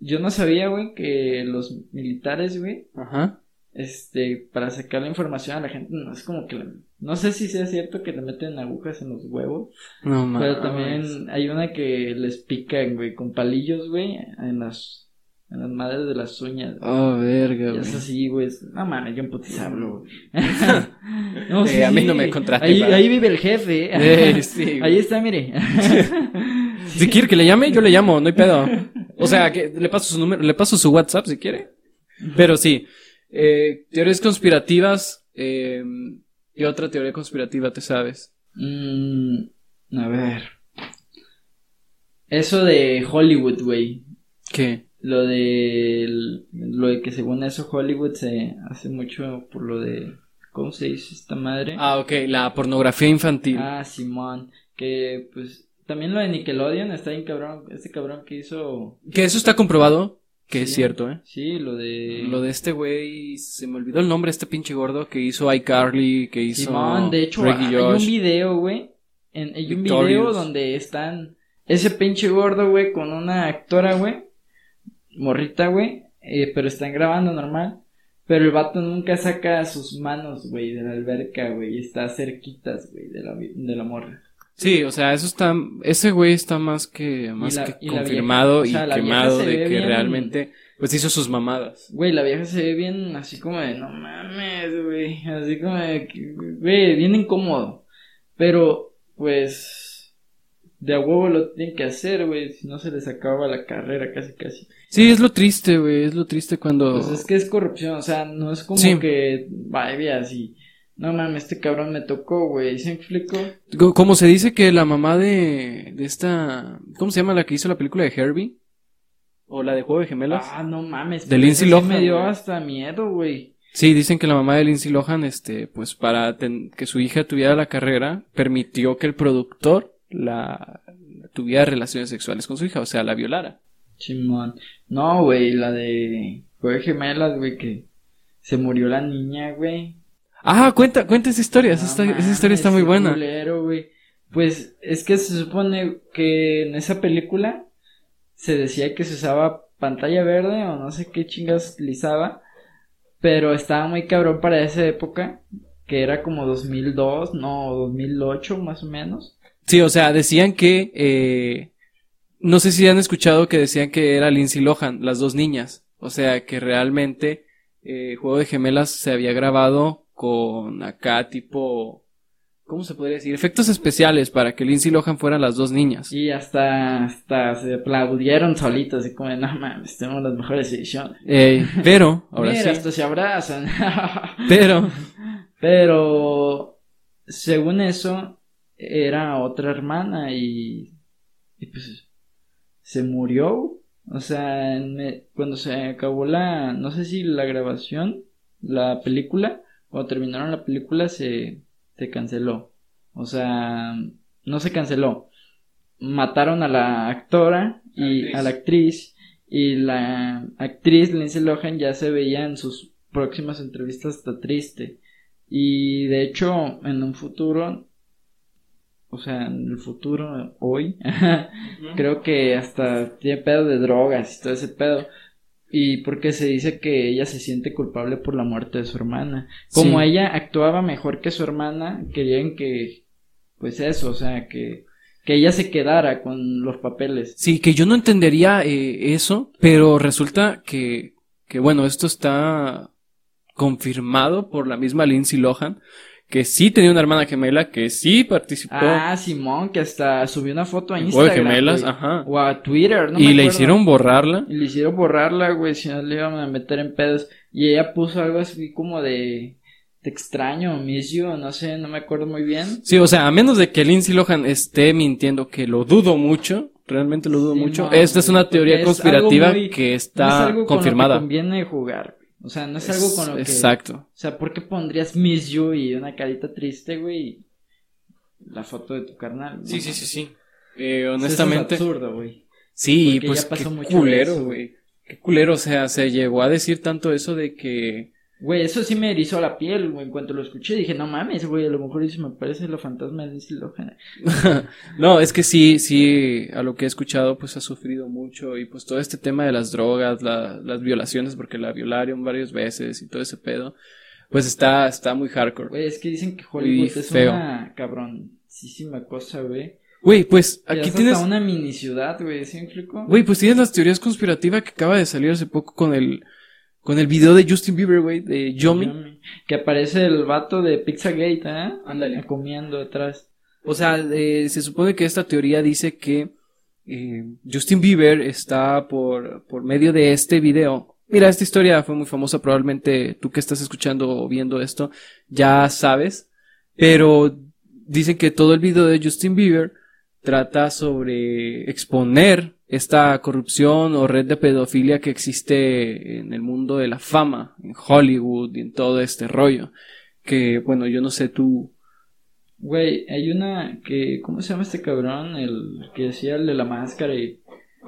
S3: Yo no sabía, güey, que los militares, güey,
S1: Ajá.
S3: este, para sacar la información a la gente, no es como que... le- No sé si sea cierto que le meten agujas en los huevos.
S1: No mames.
S3: Pero también hay una que les pican, güey, con palillos, güey, en las, en las madres de las uñas. güey.
S1: Oh, verga,
S3: Y
S1: güey.
S3: es así, güey. es- No mames, yo en putiza hablo, güey.
S1: Eh, a mí no me contrate,
S3: Ahí,
S1: pa.
S3: ahí vive el jefe.
S1: Eh, sí, güey.
S3: ahí está, mire.
S1: Si quiere que le llame, yo le llamo, no hay pedo. O sea, que le paso su número, le paso su WhatsApp si quiere. Pero sí, eh, teorías conspirativas eh, y otra teoría conspirativa, te sabes.
S3: Mm, a ver. Eso de Hollywood, güey.
S1: ¿Qué?
S3: Lo de lo de que según eso Hollywood se hace mucho por lo de ¿cómo se dice esta madre?
S1: Ah, ok, la pornografía infantil.
S3: Ah, Simón. Que pues también lo de Nickelodeon está bien cabrón. Este cabrón que hizo.
S1: Que eso está comprobado, que es
S3: Sí.
S1: cierto, ¿eh?
S3: Sí, lo de.
S1: Lo de este güey, se me olvidó el nombre, este pinche gordo que hizo iCarly, que hizo
S3: Simón, de hecho,
S1: Drake y
S3: hay
S1: Josh.
S3: un video, güey. en- Hay un
S1: Victorious.
S3: video donde están ese pinche gordo, güey, con una actora, güey. Morrita, güey. eh, pero están grabando normal. Pero el vato nunca saca sus manos, güey, de la alberca, güey. y Está cerquitas, güey, de la, vi- de la morra.
S1: Sí, o sea, eso está, ese güey está más que, más
S3: la-
S1: que
S3: y la
S1: confirmado
S3: vieja, o sea,
S1: y
S3: la vieja
S1: quemado
S3: se
S1: de
S3: ve
S1: que
S3: bien-
S1: realmente, pues hizo sus mamadas.
S3: Güey, la vieja se ve bien así como de, no mames, güey. Así como de, que, güey, bien incómodo. Pero, pues, de a huevo lo tienen que hacer, güey. Si no se les acaba la carrera, casi, casi.
S1: Sí, es lo triste, güey, es lo triste cuando...
S3: Pues es que es corrupción, o sea, no es como
S1: Oh. Sí.
S3: que vaya así. No mames, este cabrón me tocó, güey. ¿Se explicó?
S1: Co- Como se dice que la mamá de, de esta... ¿Cómo se llama la que hizo la película de Herbie? O la de Juego de Gemelas.
S3: Ah, no mames.
S1: De
S3: pero
S1: Lindsay
S3: eso sí
S1: Lohan,
S3: Me dio
S1: güey.
S3: hasta miedo, güey.
S1: Sí, dicen que la mamá de Lindsay Lohan, este, pues para ten- que su hija tuviera la carrera, permitió que el productor la tuviera relaciones sexuales con su hija, o sea, la violara.
S3: Chimón. No, güey, la de... Fue gemelas, güey, que se murió la niña, güey.
S1: Ah, cuenta, cuenta esa historia, esa,
S3: No
S1: historia- esa
S3: mames,
S1: historia está muy
S3: qué
S1: buena.
S3: culero, güey. Pues es que se supone que en esa película se decía que se usaba pantalla verde o no sé qué chingas utilizaba, pero estaba muy cabrón para esa época, que era como 2002, no, 2008 más o menos.
S1: Sí, o sea, decían que, eh, no sé si han escuchado que decían que era Lindsay Lohan, las dos niñas. O sea, que realmente eh, Juego de Gemelas se había grabado con acá tipo, ¿cómo se podría decir? Efectos especiales para que Lindsay Lohan fueran las dos niñas.
S3: Y hasta, hasta se aplaudieron solitos, así como, de, no mames, tenemos las mejores ediciones.
S1: Eh, pero, ahora
S3: Mira,
S1: sí,
S3: hasta se abrazan.
S1: pero,
S3: Pero según eso, era otra hermana y, y, pues se murió. O sea, en me- cuando se acabó la, no sé si la grabación, la película, cuando terminaron la película se, se canceló. O sea, no se canceló. Mataron a la actora y
S1: Actriz.
S3: a la actriz. Y la actriz Lindsay Lohan ya se veía en sus próximas entrevistas hasta triste. Y de hecho, en un futuro, o sea, en el futuro, hoy, creo que hasta tiene pedo de drogas y todo ese pedo. Y porque se dice que ella se siente culpable por la muerte de su hermana. Como
S1: Sí.
S3: ella actuaba mejor que su hermana, querían que, pues eso, o sea, que, que ella se quedara con los papeles.
S1: Sí, que yo no entendería eh, eso, pero resulta que, que, bueno, esto está confirmado por la misma Lindsay Lohan, que sí tenía una hermana gemela, que sí participó
S3: Ah, Simón, que hasta subió una foto a
S1: en Juego de
S3: Instagram.
S1: Gemelas,
S3: güey.
S1: ajá.
S3: O a Twitter, no me
S1: y le
S3: acuerdo.
S1: hicieron borrarla.
S3: Y le hicieron borrarla, güey, si no le iban a meter en pedos. Y ella puso algo así como de... Te extraño, miss you, no sé, no me acuerdo muy bien.
S1: Sí, o sea, a menos de que Lindsay Lohan esté mintiendo, que lo dudo mucho, realmente lo dudo
S3: Sí,
S1: mucho.
S3: no,
S1: Esta es una
S3: porque
S1: teoría
S3: es
S1: conspirativa
S3: algo muy-
S1: que
S3: no es
S1: está
S3: algo
S1: confirmada.
S3: Con lo que conviene jugar, güey. O sea, no es algo con lo que...
S1: Exacto.
S3: O sea, ¿por qué pondrías miss you y una carita triste, güey? y La foto de tu carnal. güey?
S1: Sí, sí, sí, sí. Eh,
S3: O sea, eso
S1: honestamente.
S3: es absurdo, güey.
S1: Sí,
S3: Porque
S1: pues
S3: ya pasó
S1: qué
S3: mucho de
S1: culero,
S3: eso.
S1: güey. Qué culero, o sea, se llegó a decir tanto eso de que...
S3: Güey, eso sí me erizó la piel, güey. En cuanto lo escuché dije, no mames, güey, a lo mejor eso me parece los fantasmas de Lindsay Lohan.
S1: no, es que sí, sí, a lo que he escuchado, pues ha sufrido mucho y pues todo este tema de las drogas, la- las violaciones, porque la violaron varias veces y todo ese pedo, pues está, está muy hardcore.
S3: Güey, es que dicen que Hollywood
S1: Uy,
S3: es
S1: feo.
S3: una cabroncísima cosa, güey.
S1: Güey, pues
S3: Aquí
S1: aquí
S3: es
S1: tienes...
S3: hasta una mini ciudad, güey, ¿sí me explico?
S1: Güey, pues tienes las teorías conspirativas que acaba de salir hace poco con el... Con el video de Justin Bieber, güey, de Yomi.
S3: Que aparece el vato de Pizzagate, ¿eh?
S1: Ándale.
S3: Comiendo atrás.
S1: O sea, eh, se supone que esta teoría dice que eh, Justin Bieber está por, por medio de este video. Mira, esta historia fue muy famosa, probablemente tú que estás escuchando o viendo esto ya sabes, pero dicen que todo el video de Justin Bieber trata sobre exponer esta corrupción o red de pedofilia que existe en el mundo de la fama, en Hollywood y en todo este rollo. Que bueno, yo no sé tú.
S3: Güey, hay una que... ¿Cómo se llama este cabrón? El que decía el de la máscara y...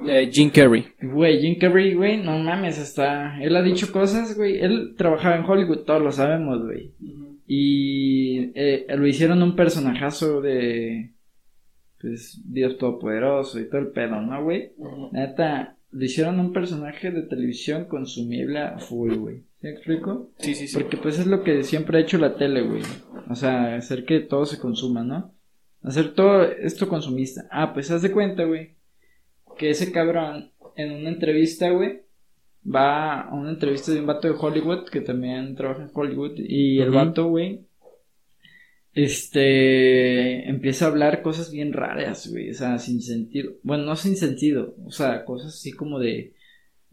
S1: eh, Jim Carrey.
S3: Güey, Jim Carrey, güey, no mames, hasta... Él ha dicho cosas, güey. Él trabajaba en Hollywood, todos lo sabemos, güey. Y eh, lo hicieron un personajazo de... Pues Dios Todopoderoso y todo el pedo, ¿no, güey? Neta, le hicieron un personaje de televisión consumible a full, güey. ¿Sí me explico?
S1: Sí, sí, sí.
S3: Porque pues es lo que siempre ha hecho la tele, güey. O sea, hacer que todo se consuma, ¿no? Hacer todo esto consumista. Ah, pues haz de cuenta, güey. Que ese cabrón en una entrevista, güey. Va a una entrevista de un vato de Hollywood que también trabaja en Hollywood. Y el
S1: Ujú.
S3: vato, güey. Este empieza a hablar cosas bien raras, güey. O sea, sin sentido. Bueno, no sin sentido. O sea, cosas así como de.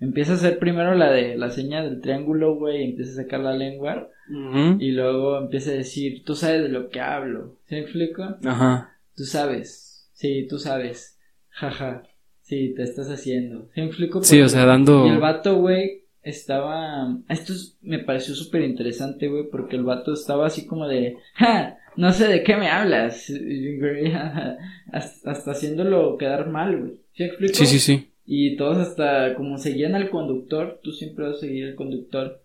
S3: Empieza a hacer primero la de la seña del triángulo, güey, y empieza a sacar la lengua
S1: Ujú.
S3: y luego empieza a decir, tú sabes de lo que hablo, ¿se me explico?
S1: Ajá.
S3: Tú sabes, sí, tú sabes, jaja, sí, te estás haciendo, ¿se me explico?
S1: Sí, o
S3: Porque-
S1: sea, dando.
S3: Y el vato, güey, estaba, esto es- me pareció súper interesante, güey, porque el vato estaba así como de, ja, no sé de qué me hablas, Y, güey, hasta, hasta haciéndolo quedar mal, güey, ¿se me explico?
S1: Sí, sí, sí.
S3: Y todos hasta como seguían al conductor, tú siempre vas a seguir al conductor.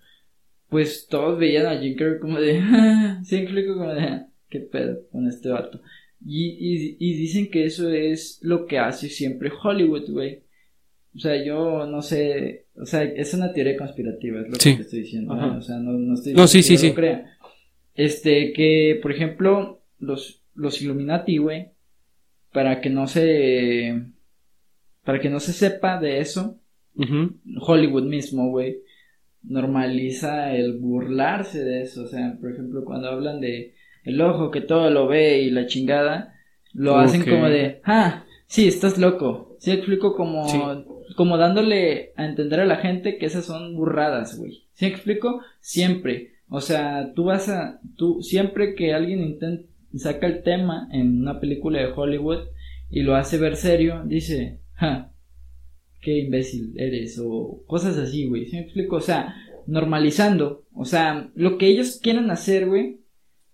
S3: Pues todos veían a Jim Carrey como de, sí, explico como de, "Ah, qué pedo con este vato. Y, y, y dicen que eso es lo que hace siempre Hollywood, güey. O sea, yo no sé, o sea, es una teoría conspirativa, es lo
S1: Sí.
S3: que te estoy diciendo.
S1: Ajá.
S3: ¿eh? O sea, no, no estoy
S1: No, sí,
S3: diciendo que
S1: sí,
S3: yo
S1: sí.
S3: lo crea. Este, que, por ejemplo, los, los Illuminati, güey, para que no se para que no se sepa de eso,
S1: Ujú.
S3: Hollywood mismo, güey, normaliza el burlarse de eso. O sea, por ejemplo, cuando hablan de el ojo que todo lo ve y la chingada, lo hacen
S1: Ok.
S3: como de, ah, sí, estás loco. Sí, explico como,
S1: Sí.
S3: como dándole a entender a la gente que esas son burradas, güey. ¿Sí explico? Siempre. O sea, tú vas a, tú, siempre que alguien intenta, saca el tema en una película de Hollywood y lo hace ver serio, dice, ja, qué imbécil eres, o cosas así, güey. ¿Sí me explico? O sea, normalizando. O sea, lo que ellos quieren hacer, güey,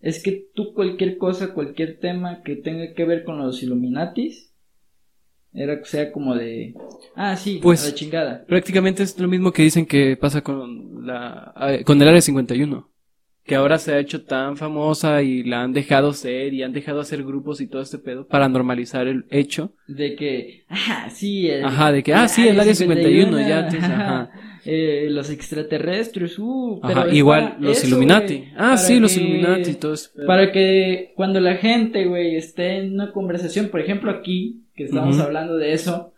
S3: es que tú cualquier cosa, cualquier tema que tenga que ver con los Illuminatis, era, sea como de, ah, sí,
S1: Pues-
S3: a la chingada.
S1: Prácticamente es lo mismo que dicen que pasa con la eh, con el Área 51, que ahora se ha hecho tan famosa y la han dejado ser y han dejado hacer grupos y todo este pedo para normalizar el hecho.
S3: De que, ajá, sí. el-
S1: Ajá, de que, ah, sí, el Área 51, ya, entonces, ajá.
S3: Eh, los extraterrestres, uh, pero
S1: Ajá,
S3: es
S1: igual
S3: para
S1: los
S3: eso,
S1: Illuminati.
S3: güey,
S1: ah,
S3: para
S1: sí, los
S3: que-
S1: Illuminati y todo eso.
S3: Para que cuando la gente, güey, esté en una conversación, por ejemplo aquí, que estamos
S1: Ujú.
S3: hablando de eso,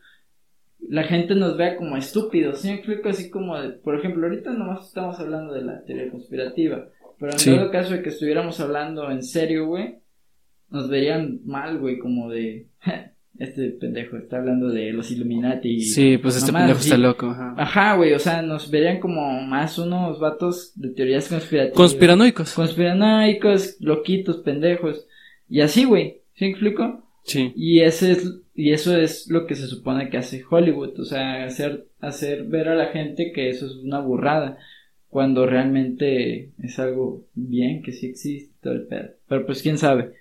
S3: la gente nos vea como estúpidos, ¿sí? Me explico así como, de- por ejemplo, ahorita nomás estamos hablando de la teoría conspirativa, pero en
S1: Sí.
S3: todo caso de que estuviéramos hablando en serio, güey, nos verían mal, güey, como de, "Ja, este pendejo está hablando de los Illuminati.
S1: Sí, pues este
S3: Mamá,
S1: pendejo
S3: sí.
S1: está loco. ajá.
S3: Ajá, güey, o sea, nos verían como más unos vatos de teorías conspirativas
S1: Conspiranoicos.
S3: conspiranoicos, loquitos, pendejos. Y así, güey. ¿Sí me explico?
S1: Sí.
S3: Y, ese es, y eso es lo que se supone que hace Hollywood. O sea, hacer, hacer ver a la gente que eso es una burrada. Cuando realmente es algo bien, que sí existe todo el pedo. Pero pues quién sabe.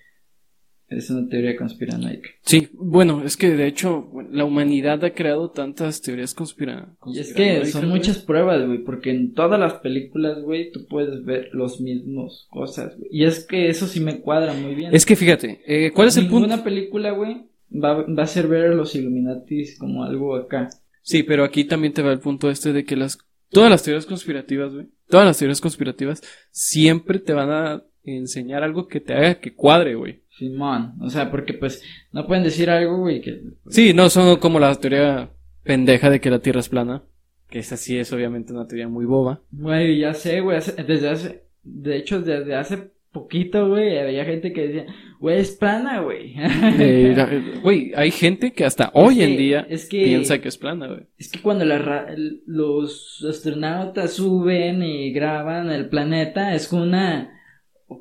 S3: Es una teoría conspiranoica.
S1: Sí, bueno, es que de hecho la humanidad ha creado tantas teorías conspira
S3: Y es que son
S1: güey.
S3: muchas pruebas, güey, porque en todas las películas, güey, tú puedes ver los mismos cosas, güey. Y es que eso sí me cuadra muy bien.
S1: Es que fíjate, eh, ¿cuál es el punto?
S3: Ninguna película, güey, va, va a ser ver a los Illuminatis como algo acá.
S1: Sí, pero aquí también te va el punto este de que las todas las teorías conspirativas, güey, todas las teorías conspirativas siempre te van a enseñar algo que te haga que cuadre, güey.
S3: Simón. O sea, porque pues no pueden decir algo, güey, que...
S1: Sí, no son como la teoría pendeja de que la Tierra es plana, que esa sí es obviamente una teoría muy boba.
S3: Güey, ya sé, güey, hace- desde hace... De hecho, desde hace poquito, güey, había gente que decía, güey, es plana, güey.
S1: Eh, la- eh, Güey, hay gente que hasta hoy en
S3: que-
S1: día
S3: es que-
S1: piensa que es plana, güey.
S3: Es que cuando la ra- el- los astronautas suben y graban el planeta, es con una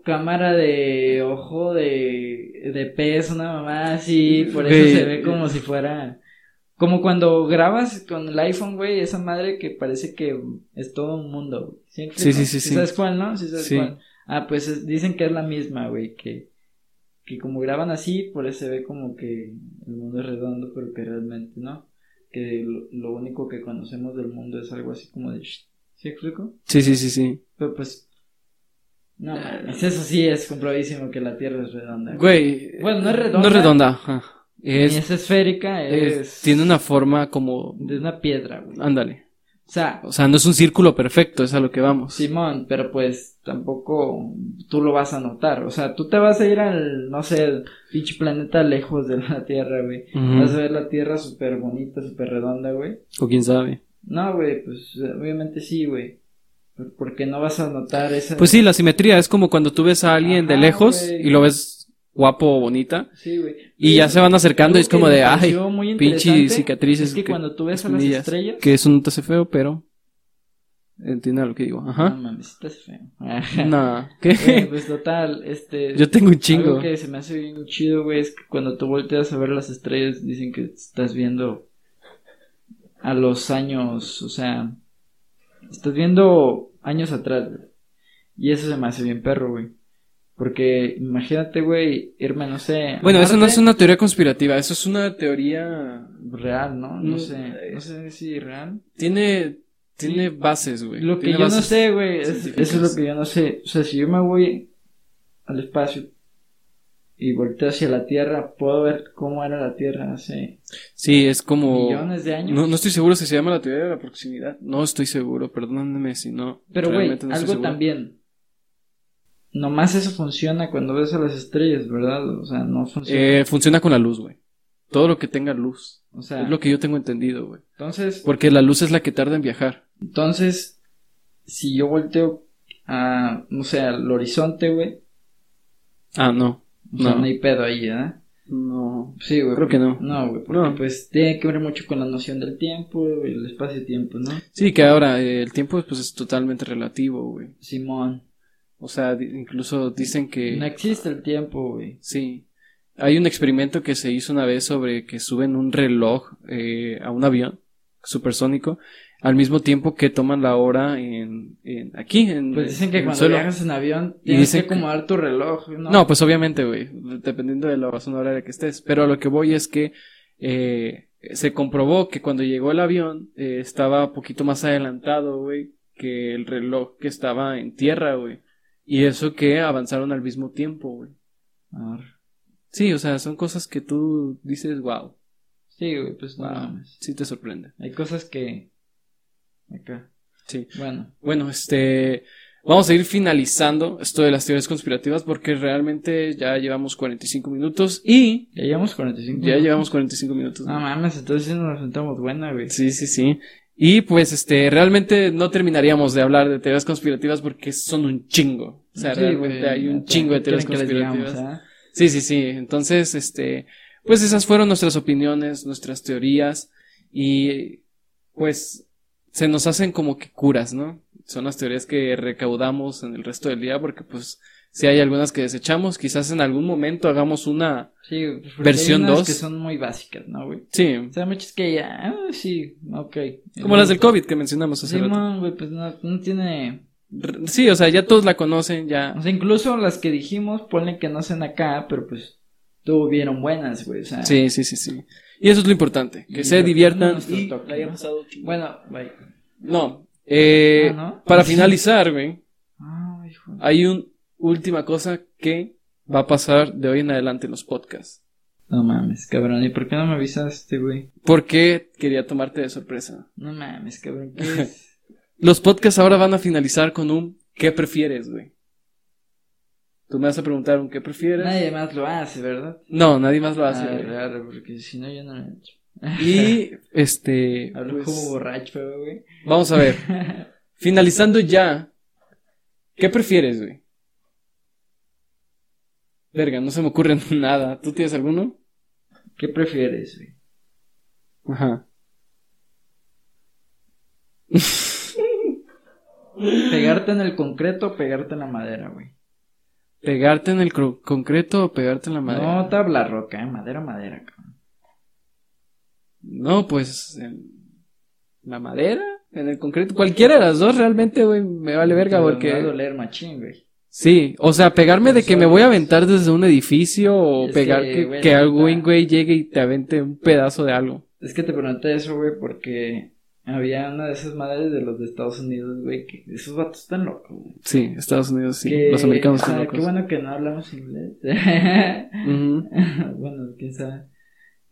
S3: cámara de ojo de, de pez, una mamá así, por eso
S1: Güey.
S3: se ve como si fuera... Como cuando grabas con el iPhone, güey, esa madre que parece que es todo un mundo, güey.
S1: Sí, sí, sí, sí.
S3: ¿Sabes cuál, no? Sí, sabes
S1: Sí.
S3: cuál. Ah, pues es- dicen que es la misma, güey, que, que como graban así, por eso se ve como que el mundo es redondo, pero que realmente no. Que lo, lo único que conocemos del mundo es algo así como de... "Shh". ¿Sí explico?
S1: Sí, sí, sí, sí.
S3: Pero pues... No, mames, eso sí es comprobadísimo que la Tierra es redonda. güey.
S1: Ah. Güey,
S3: Bueno, no es
S1: eh,
S3: redonda.
S1: No es redonda, ajá.
S3: Ni
S1: Es,
S3: es esférica,
S1: es-
S3: es...
S1: tiene una forma como
S3: de una piedra, güey.
S1: ándale.
S3: O sea,
S1: O sea, no es un círculo perfecto, es a lo que vamos.
S3: Simón, pero pues tampoco tú lo vas a notar. O sea, tú te vas a ir al, no sé, al pinche planeta lejos de la Tierra, güey.
S1: Ujú.
S3: Vas a ver la Tierra súper bonita, súper redonda, güey.
S1: O quién sabe.
S3: No, güey, pues obviamente sí, güey. Por- Porque no vas a notar esa...
S1: Pues sí, la simetría es como cuando tú ves a alguien de
S3: Ajá,
S1: lejos
S3: güey.
S1: y lo ves guapo o bonita
S3: Sí, güey.
S1: y ya se van acercando y es
S3: Algo que
S1: como
S3: me
S1: de, ay,
S3: pareció muy
S1: pinche
S3: interesante
S1: cicatrices.
S3: Es que, cuando tú ves a las
S1: espinillas".
S3: estrellas...
S1: Que eso no te hace feo, pero... Entiende lo que digo.
S3: No
S1: Ajá.
S3: mames, estás feo. Ah.
S1: Nah,
S3: Güey,
S1: ¿qué?
S3: pues total, este...
S1: Yo tengo un chingo.
S3: Algo que se me hace bien chido, güey, es que cuando tú volteas a ver las estrellas, dicen que estás viendo a los años, o sea, estás viendo años atrás, güey. Y eso se me hace bien perro, güey. Porque imagínate, güey, irme, no sé. a
S1: Bueno, eso no
S3: Marte,
S1: es una teoría conspirativa, eso es una teoría...
S3: Real, ¿no?
S1: Mm,
S3: No sé.
S1: eh,
S3: No sé si real.
S1: Tiene... Tiene bases, güey.
S3: Lo que
S1: Tiene
S3: yo no
S1: bases.
S3: sé, güey, es- eso
S1: científicas.
S3: es lo que yo no sé. O sea, si yo me voy al espacio y volteo hacia la Tierra, puedo ver cómo era la Tierra hace
S1: Sí, es como...
S3: millones de años.
S1: No, no estoy seguro si se llama la teoría de la proximidad. No estoy seguro, perdónenme si no.
S3: Pero, güey,
S1: realmente no estoy
S3: algo
S1: seguro.
S3: también. Nomás eso funciona cuando ves a las estrellas, ¿verdad? O sea, no funciona.
S1: Eh, funciona con la luz, güey. Todo lo que tenga luz.
S3: o sea,
S1: Es lo que yo tengo entendido, güey.
S3: entonces,
S1: Porque la luz es la que tarda en viajar.
S3: entonces, si yo volteo a, no sé, al horizonte, güey,
S1: Ah, no.
S3: o sea,
S1: No.
S3: no hay pedo ahí, ¿verdad?
S1: No.
S3: Sí, güey.
S1: Creo que no.
S3: No, güey, porque
S1: No.
S3: pues tiene que ver mucho con la noción del tiempo, güey, el espacio-tiempo, ¿no?
S1: Sí, que ahora eh, el tiempo pues, es totalmente relativo, güey.
S3: Simón.
S1: O sea, di- incluso dicen que...
S3: No existe el tiempo, güey.
S1: Sí. Hay un experimento que se hizo una vez sobre que suben un reloj eh, a un avión supersónico al mismo tiempo que toman la hora en, en- aquí, en,
S3: Pues dicen
S1: en
S3: que
S1: el
S3: cuando
S1: suelo.
S3: viajas en avión
S1: Y
S3: tienes que
S1: dicen que-
S3: acomodar tu reloj, ¿no?
S1: No, pues obviamente, güey, dependiendo de la zona horaria que estés. Pero a lo que voy es que eh, se comprobó que cuando llegó el avión eh, estaba poquito más adelantado, güey, que el reloj que estaba en tierra, güey. Y eso que avanzaron al mismo tiempo, güey.
S3: Arre.
S1: Sí, o sea, son cosas que tú dices, wow,
S3: Sí, güey, pues no
S1: Wow.
S3: mames.
S1: sí te sorprende.
S3: Hay cosas que... Acá.
S1: Sí.
S3: Bueno.
S1: Bueno, este, vamos a ir finalizando esto de las teorías conspirativas porque realmente ya llevamos 45 minutos y
S3: Ya llevamos 45.
S1: ya llevamos 45 minutos.
S3: No mames, entonces sí nos sentamos buena, güey.
S1: Sí, sí, sí. Y pues este, realmente no terminaríamos de hablar de teorías conspirativas porque son un chingo. O sea,
S3: Sí,
S1: realmente
S3: güey,
S1: hay un
S3: neta,
S1: chingo de
S3: ¿qué
S1: teorías
S3: quieren que les digamos,
S1: conspirativas.
S3: ah?
S1: Sí, sí, sí. Entonces, este, pues esas fueron nuestras opiniones, nuestras teorías y pues se nos hacen como que curas, ¿no? Son las teorías que recaudamos en el resto del día porque pues si hay algunas que desechamos, quizás en algún momento hagamos una,
S3: Sí, güey, porque hay
S1: Versión
S3: unas
S1: 2.
S3: que son muy básicas, ¿no, güey?
S1: sí,
S3: O sea, muchas que ya... Ah, sí, ok.
S1: como las del COVID que mencionamos hace rato.
S3: Simón, güey, pues no, no tiene...
S1: R- Sí, o sea, ya todos la conocen, ya.
S3: O sea, incluso las que dijimos, ponle que no sean acá, pero pues tuvieron buenas, güey. O sea,
S1: Sí, sí, sí, sí. Y eso es lo importante, que
S3: Y
S1: se
S3: lo-
S1: diviertan.
S3: nuestro toque, ¿no?
S1: Bueno,
S3: Bueno, bye.
S1: no. eh,
S3: Ah, ¿no?
S1: Para
S3: Sí.
S1: finalizar, güey,
S3: Ah, hijo.
S1: hay una última cosa que va a pasar de hoy en adelante en los podcasts.
S3: No mames, cabrón. ¿Y por qué no me avisaste, güey?
S1: Porque quería tomarte de sorpresa.
S3: No mames, cabrón. ¿Qué es?
S1: Los podcasts ahora van a finalizar con un ¿qué prefieres, güey? Tú me vas a preguntar un ¿qué prefieres?
S3: Nadie Ah, más lo hace, ¿verdad?
S1: No, nadie más lo hace.
S3: Arre,
S1: güey.
S3: arre, porque si no yo no me
S1: Y este,
S3: Hablo
S1: pues,
S3: como borracho, güey.
S1: vamos a ver. Finalizando ya, ¿qué prefieres, güey? Verga, no se me ocurre nada. ¿Tú tienes alguno?
S3: ¿Qué prefieres, güey?
S1: Ajá.
S3: ¿Pegarte en el concreto o pegarte en la madera, güey?
S1: ¿Pegarte en el cro- concreto o pegarte en la madera?
S3: No tabla roca, ¿eh? Madera, madera, cabrón.
S1: No, pues en la madera, en el concreto. Cualquiera de las dos realmente, güey, me vale verga
S3: Pero
S1: porque...
S3: Me va a doler machín, güey.
S1: Sí, o sea, pegarme de que me voy a
S3: Personas.
S1: aventar desde un edificio o
S3: Es
S1: pegar
S3: que,
S1: que,
S3: güey,
S1: que
S3: la
S1: algún
S3: neta-
S1: güey llegue y te avente un pedazo de algo.
S3: Es que te pregunté eso, güey, porque había una de esas madres de los de Estados Unidos, güey, que esos vatos están locos, güey.
S1: Sí, Estados Unidos, sí.
S3: Que,
S1: Los americanos
S3: o sea,
S1: están
S3: Qué
S1: locos.
S3: bueno que no hablamos inglés.
S1: Ujú.
S3: bueno, quién sabe.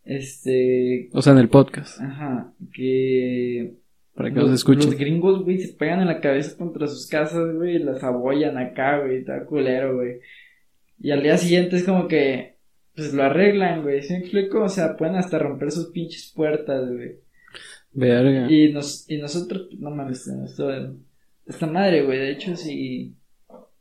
S3: Este.
S1: O sea, en el podcast.
S3: Ajá, que.
S1: Para que
S3: los,
S1: los, escuchen.
S3: los gringos, güey, se pegan en la cabeza contra sus casas, güey, y las abollan acá, güey, está culero, güey. Y al día siguiente es como que. Pues lo arreglan, güey, ¿sí me explico? O sea, pueden hasta romper sus pinches puertas, güey.
S1: Verga.
S3: Y, nos, y nosotros, pues, no mames, esto- esta madre, güey, de hecho, sí.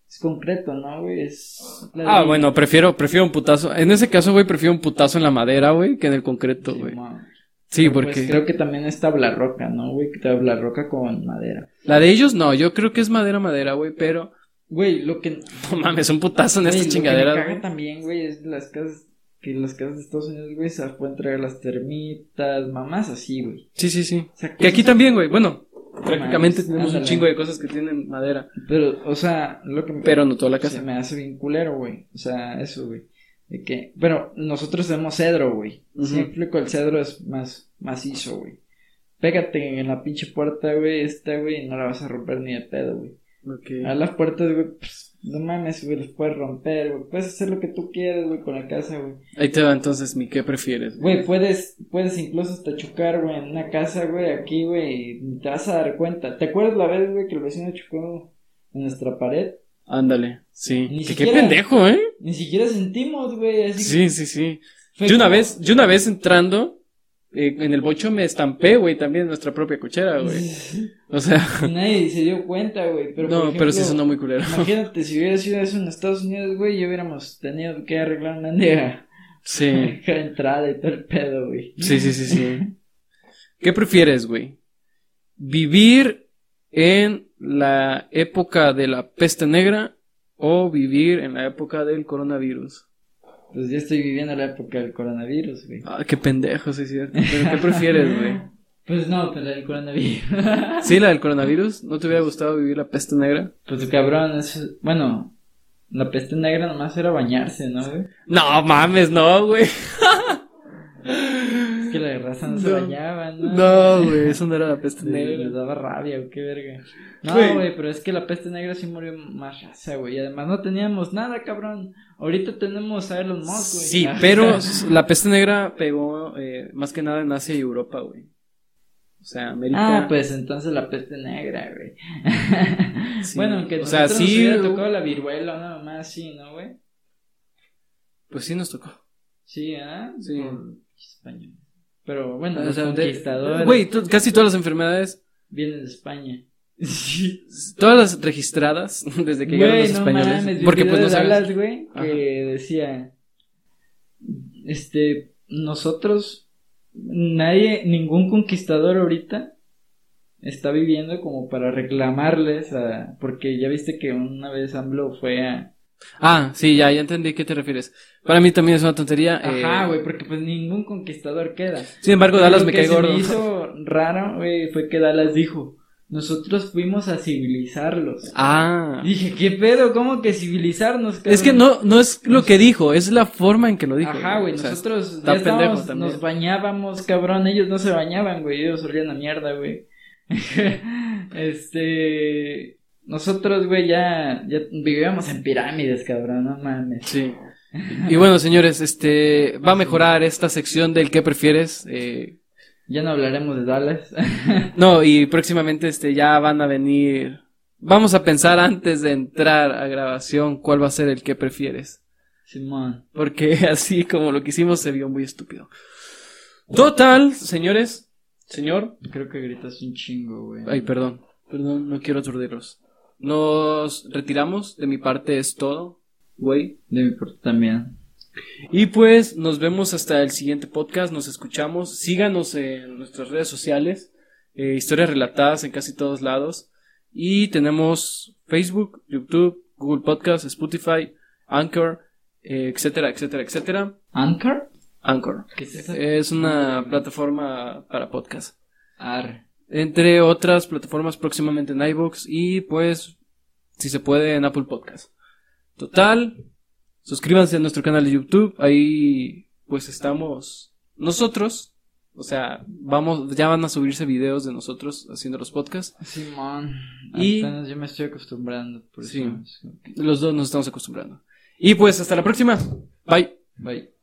S3: Es concreto, ¿no, güey? Es la
S1: Ah,
S3: ley,
S1: bueno, prefiero, prefiero un putazo. En ese caso, güey, prefiero un putazo en la madera, güey, que en el concreto, pues, güey.
S3: Simón.
S1: Sí,
S3: Pero,
S1: porque
S3: pues, creo que también es tabla roca, ¿no, güey? Que Tabla roca con madera.
S1: la de ellos no, yo creo que es madera, madera, güey, pero
S3: Güey, lo que...
S1: no mames, un putazo en
S3: güey,
S1: esta
S3: lo
S1: chingadera.
S3: que me caga
S1: güey.
S3: también, güey, es las casas... Que las casas de Estados Unidos, güey, se pueden traer las termitas, mamás así, güey.
S1: Sí, sí, sí.
S3: O sea,
S1: Que aquí
S3: cosas-
S1: también, güey, bueno, prácticamente
S3: mames,
S1: tenemos un
S3: ándale.
S1: chingo de cosas que tienen madera,
S3: Pero, o sea, lo que... me-
S1: pero no toda la
S3: Se
S1: casa.
S3: me hace bien culero, güey. O sea, eso, güey. De que... Pero nosotros tenemos cedro, güey.
S1: Ujú.
S3: Siempre con el cedro es más macizo, güey. Pégate en la pinche puerta, güey, esta, güey, y no la vas a romper ni de pedo, güey. A
S1: Ok.
S3: las puertas, güey, pues, no mames, güey, las puedes romper, güey. Puedes hacer lo que tú quieras, güey, con la casa, güey.
S1: Ahí te va entonces mi qué prefieres.
S3: Güey, puedes, puedes incluso hasta chocar, güey, en una casa, güey, aquí, güey, y ni te vas a dar cuenta. ¿Te acuerdas la vez, güey, que el vecino chocó en nuestra pared?
S1: Ándale, sí.
S3: Ni
S1: Que qué
S3: siquiera-
S1: pendejo, ¿eh?
S3: Ni siquiera sentimos, güey, así
S1: Sí, sí, sí.
S3: fue
S1: Yo una
S3: como-
S1: vez, yo una vez entrando eh, en el bocho me estampé, güey, también en nuestra propia cochera, güey. O sea,
S3: Y Nadie se dio cuenta, güey, pero
S1: no,
S3: por
S1: pero sí
S3: ejemplo,
S1: sonó muy culero.
S3: Imagínate si hubiera sido eso en Estados Unidos, güey, y hubiéramos tenido que arreglar una nega.
S1: Sí,
S3: entrada y todo el pedo, güey.
S1: sí, sí, sí, sí. ¿Qué prefieres, güey? ¿Vivir en la época de la peste negra o vivir en la época del coronavirus?
S3: Pues yo estoy viviendo la época del coronavirus, güey.
S1: Ah, qué pendejo, sí, es cierto. Pero ¿qué prefieres, güey?
S3: Pues no, pero el coronavirus.
S1: Sí, la del coronavirus. ¿No te hubiera gustado vivir la peste negra?
S3: pues cabrón, eso es... Bueno, la peste negra nomás era bañarse, ¿no, güey?
S1: No mames, no, güey.
S3: Es que la raza no, se
S1: No.
S3: bañaba, ¿no?
S1: No, güey, eso no era la peste
S3: Le-
S1: negra.
S3: Les daba rabia, o qué verga. No,
S1: Güey.
S3: güey, pero es que la peste negra sí murió más raza, güey. Y además no teníamos nada, cabrón. Ahorita tenemos a Elon Musk, güey.
S1: Sí, pero la peste negra pegó eh, más que nada en Asia y Europa, güey. O sea, América.
S3: Ah, pues entonces la peste negra, güey.
S1: pues, sí.
S3: Bueno, aunque
S1: O sea, sí,
S3: nos hubiera tocado la viruela, nada más, sí, ¿no, güey?
S1: pues sí nos tocó.
S3: Sí, ¿ah?
S1: Sí. Ah,
S3: Por España. Pero bueno,
S1: O
S3: los
S1: sea, de-
S3: conquistadores
S1: Güey, to- casi todas las enfermedades,
S3: vienen de España.
S1: todas las registradas desde que llegaron
S3: Güey,
S1: los
S3: no
S1: españoles.
S3: mames, vi
S1: porque
S3: un
S1: pues
S3: video
S1: no
S3: de
S1: sabes.
S3: Dallas, güey,
S1: Ajá.
S3: que decía, este, nosotros, nadie, ningún conquistador ahorita está viviendo como para reclamarles a, porque ya viste que una vez AMLO fue a,
S1: Ah, sí, ya, ya entendí a qué te refieres. Para mí también es una tontería.
S3: ajá,
S1: eh,
S3: güey, porque pues ningún conquistador queda.
S1: Sin embargo, Dallas
S3: Lo
S1: me
S3: que
S1: cae
S3: se
S1: gordo.
S3: Me hizo raro, güey, fue que Dallas dijo, nosotros fuimos a civilizarlos.
S1: Ah.
S3: Dije, ¿qué pedo? ¿Cómo que civilizarnos?
S1: Es que
S3: cabrón?"
S1: no, no es lo que dijo, es la forma en que lo dijo.
S3: Ajá, güey,
S1: O sea,
S3: nosotros
S1: está
S3: ya estábamos-
S1: pendejo también.
S3: nos bañábamos, cabrón, ellos no se bañaban, güey, ellos olían a mierda, güey. este, nosotros, güey, ya, ya vivíamos en pirámides, cabrón, no mames.
S1: Sí. Y bueno, señores, este va a mejorar esta sección del que prefieres. eh,
S3: Ya no hablaremos de Dallas.
S1: no, y próximamente este ya van a venir. Vamos a pensar antes de entrar a grabación cuál va a ser el que prefieres.
S3: Simón.
S1: Porque así como lo que hicimos se vio muy estúpido. Total, señores. Señor.
S3: Creo que gritas un chingo, güey.
S1: Ay, perdón. Perdón, no quiero aturdirlos. Nos retiramos. De mi parte es todo. Güey.
S3: De mi parte también.
S1: Y pues nos vemos hasta el siguiente podcast, nos escuchamos, síganos en nuestras redes sociales, eh, historias relatadas en casi todos lados y tenemos Facebook, YouTube, Google Podcast, Spotify, Anchor, eh, etcétera, etcétera, etcétera.
S3: ¿Anchor?
S1: Anchor
S3: ¿Qué es eso?
S1: es una plataforma para podcast,
S3: Ar.
S1: entre otras plataformas próximamente en iBox y pues si se puede en Apple Podcast. Total, suscríbanse a nuestro canal de YouTube, ahí pues estamos nosotros, o sea, vamos ya van a subirse videos de nosotros haciendo los podcasts.
S3: Simón.
S1: Y-
S3: Apenas yo me estoy acostumbrando, por
S1: Sí.
S3: eso.
S1: Los dos nos estamos acostumbrando. Y pues hasta la próxima. Bye.
S3: Bye.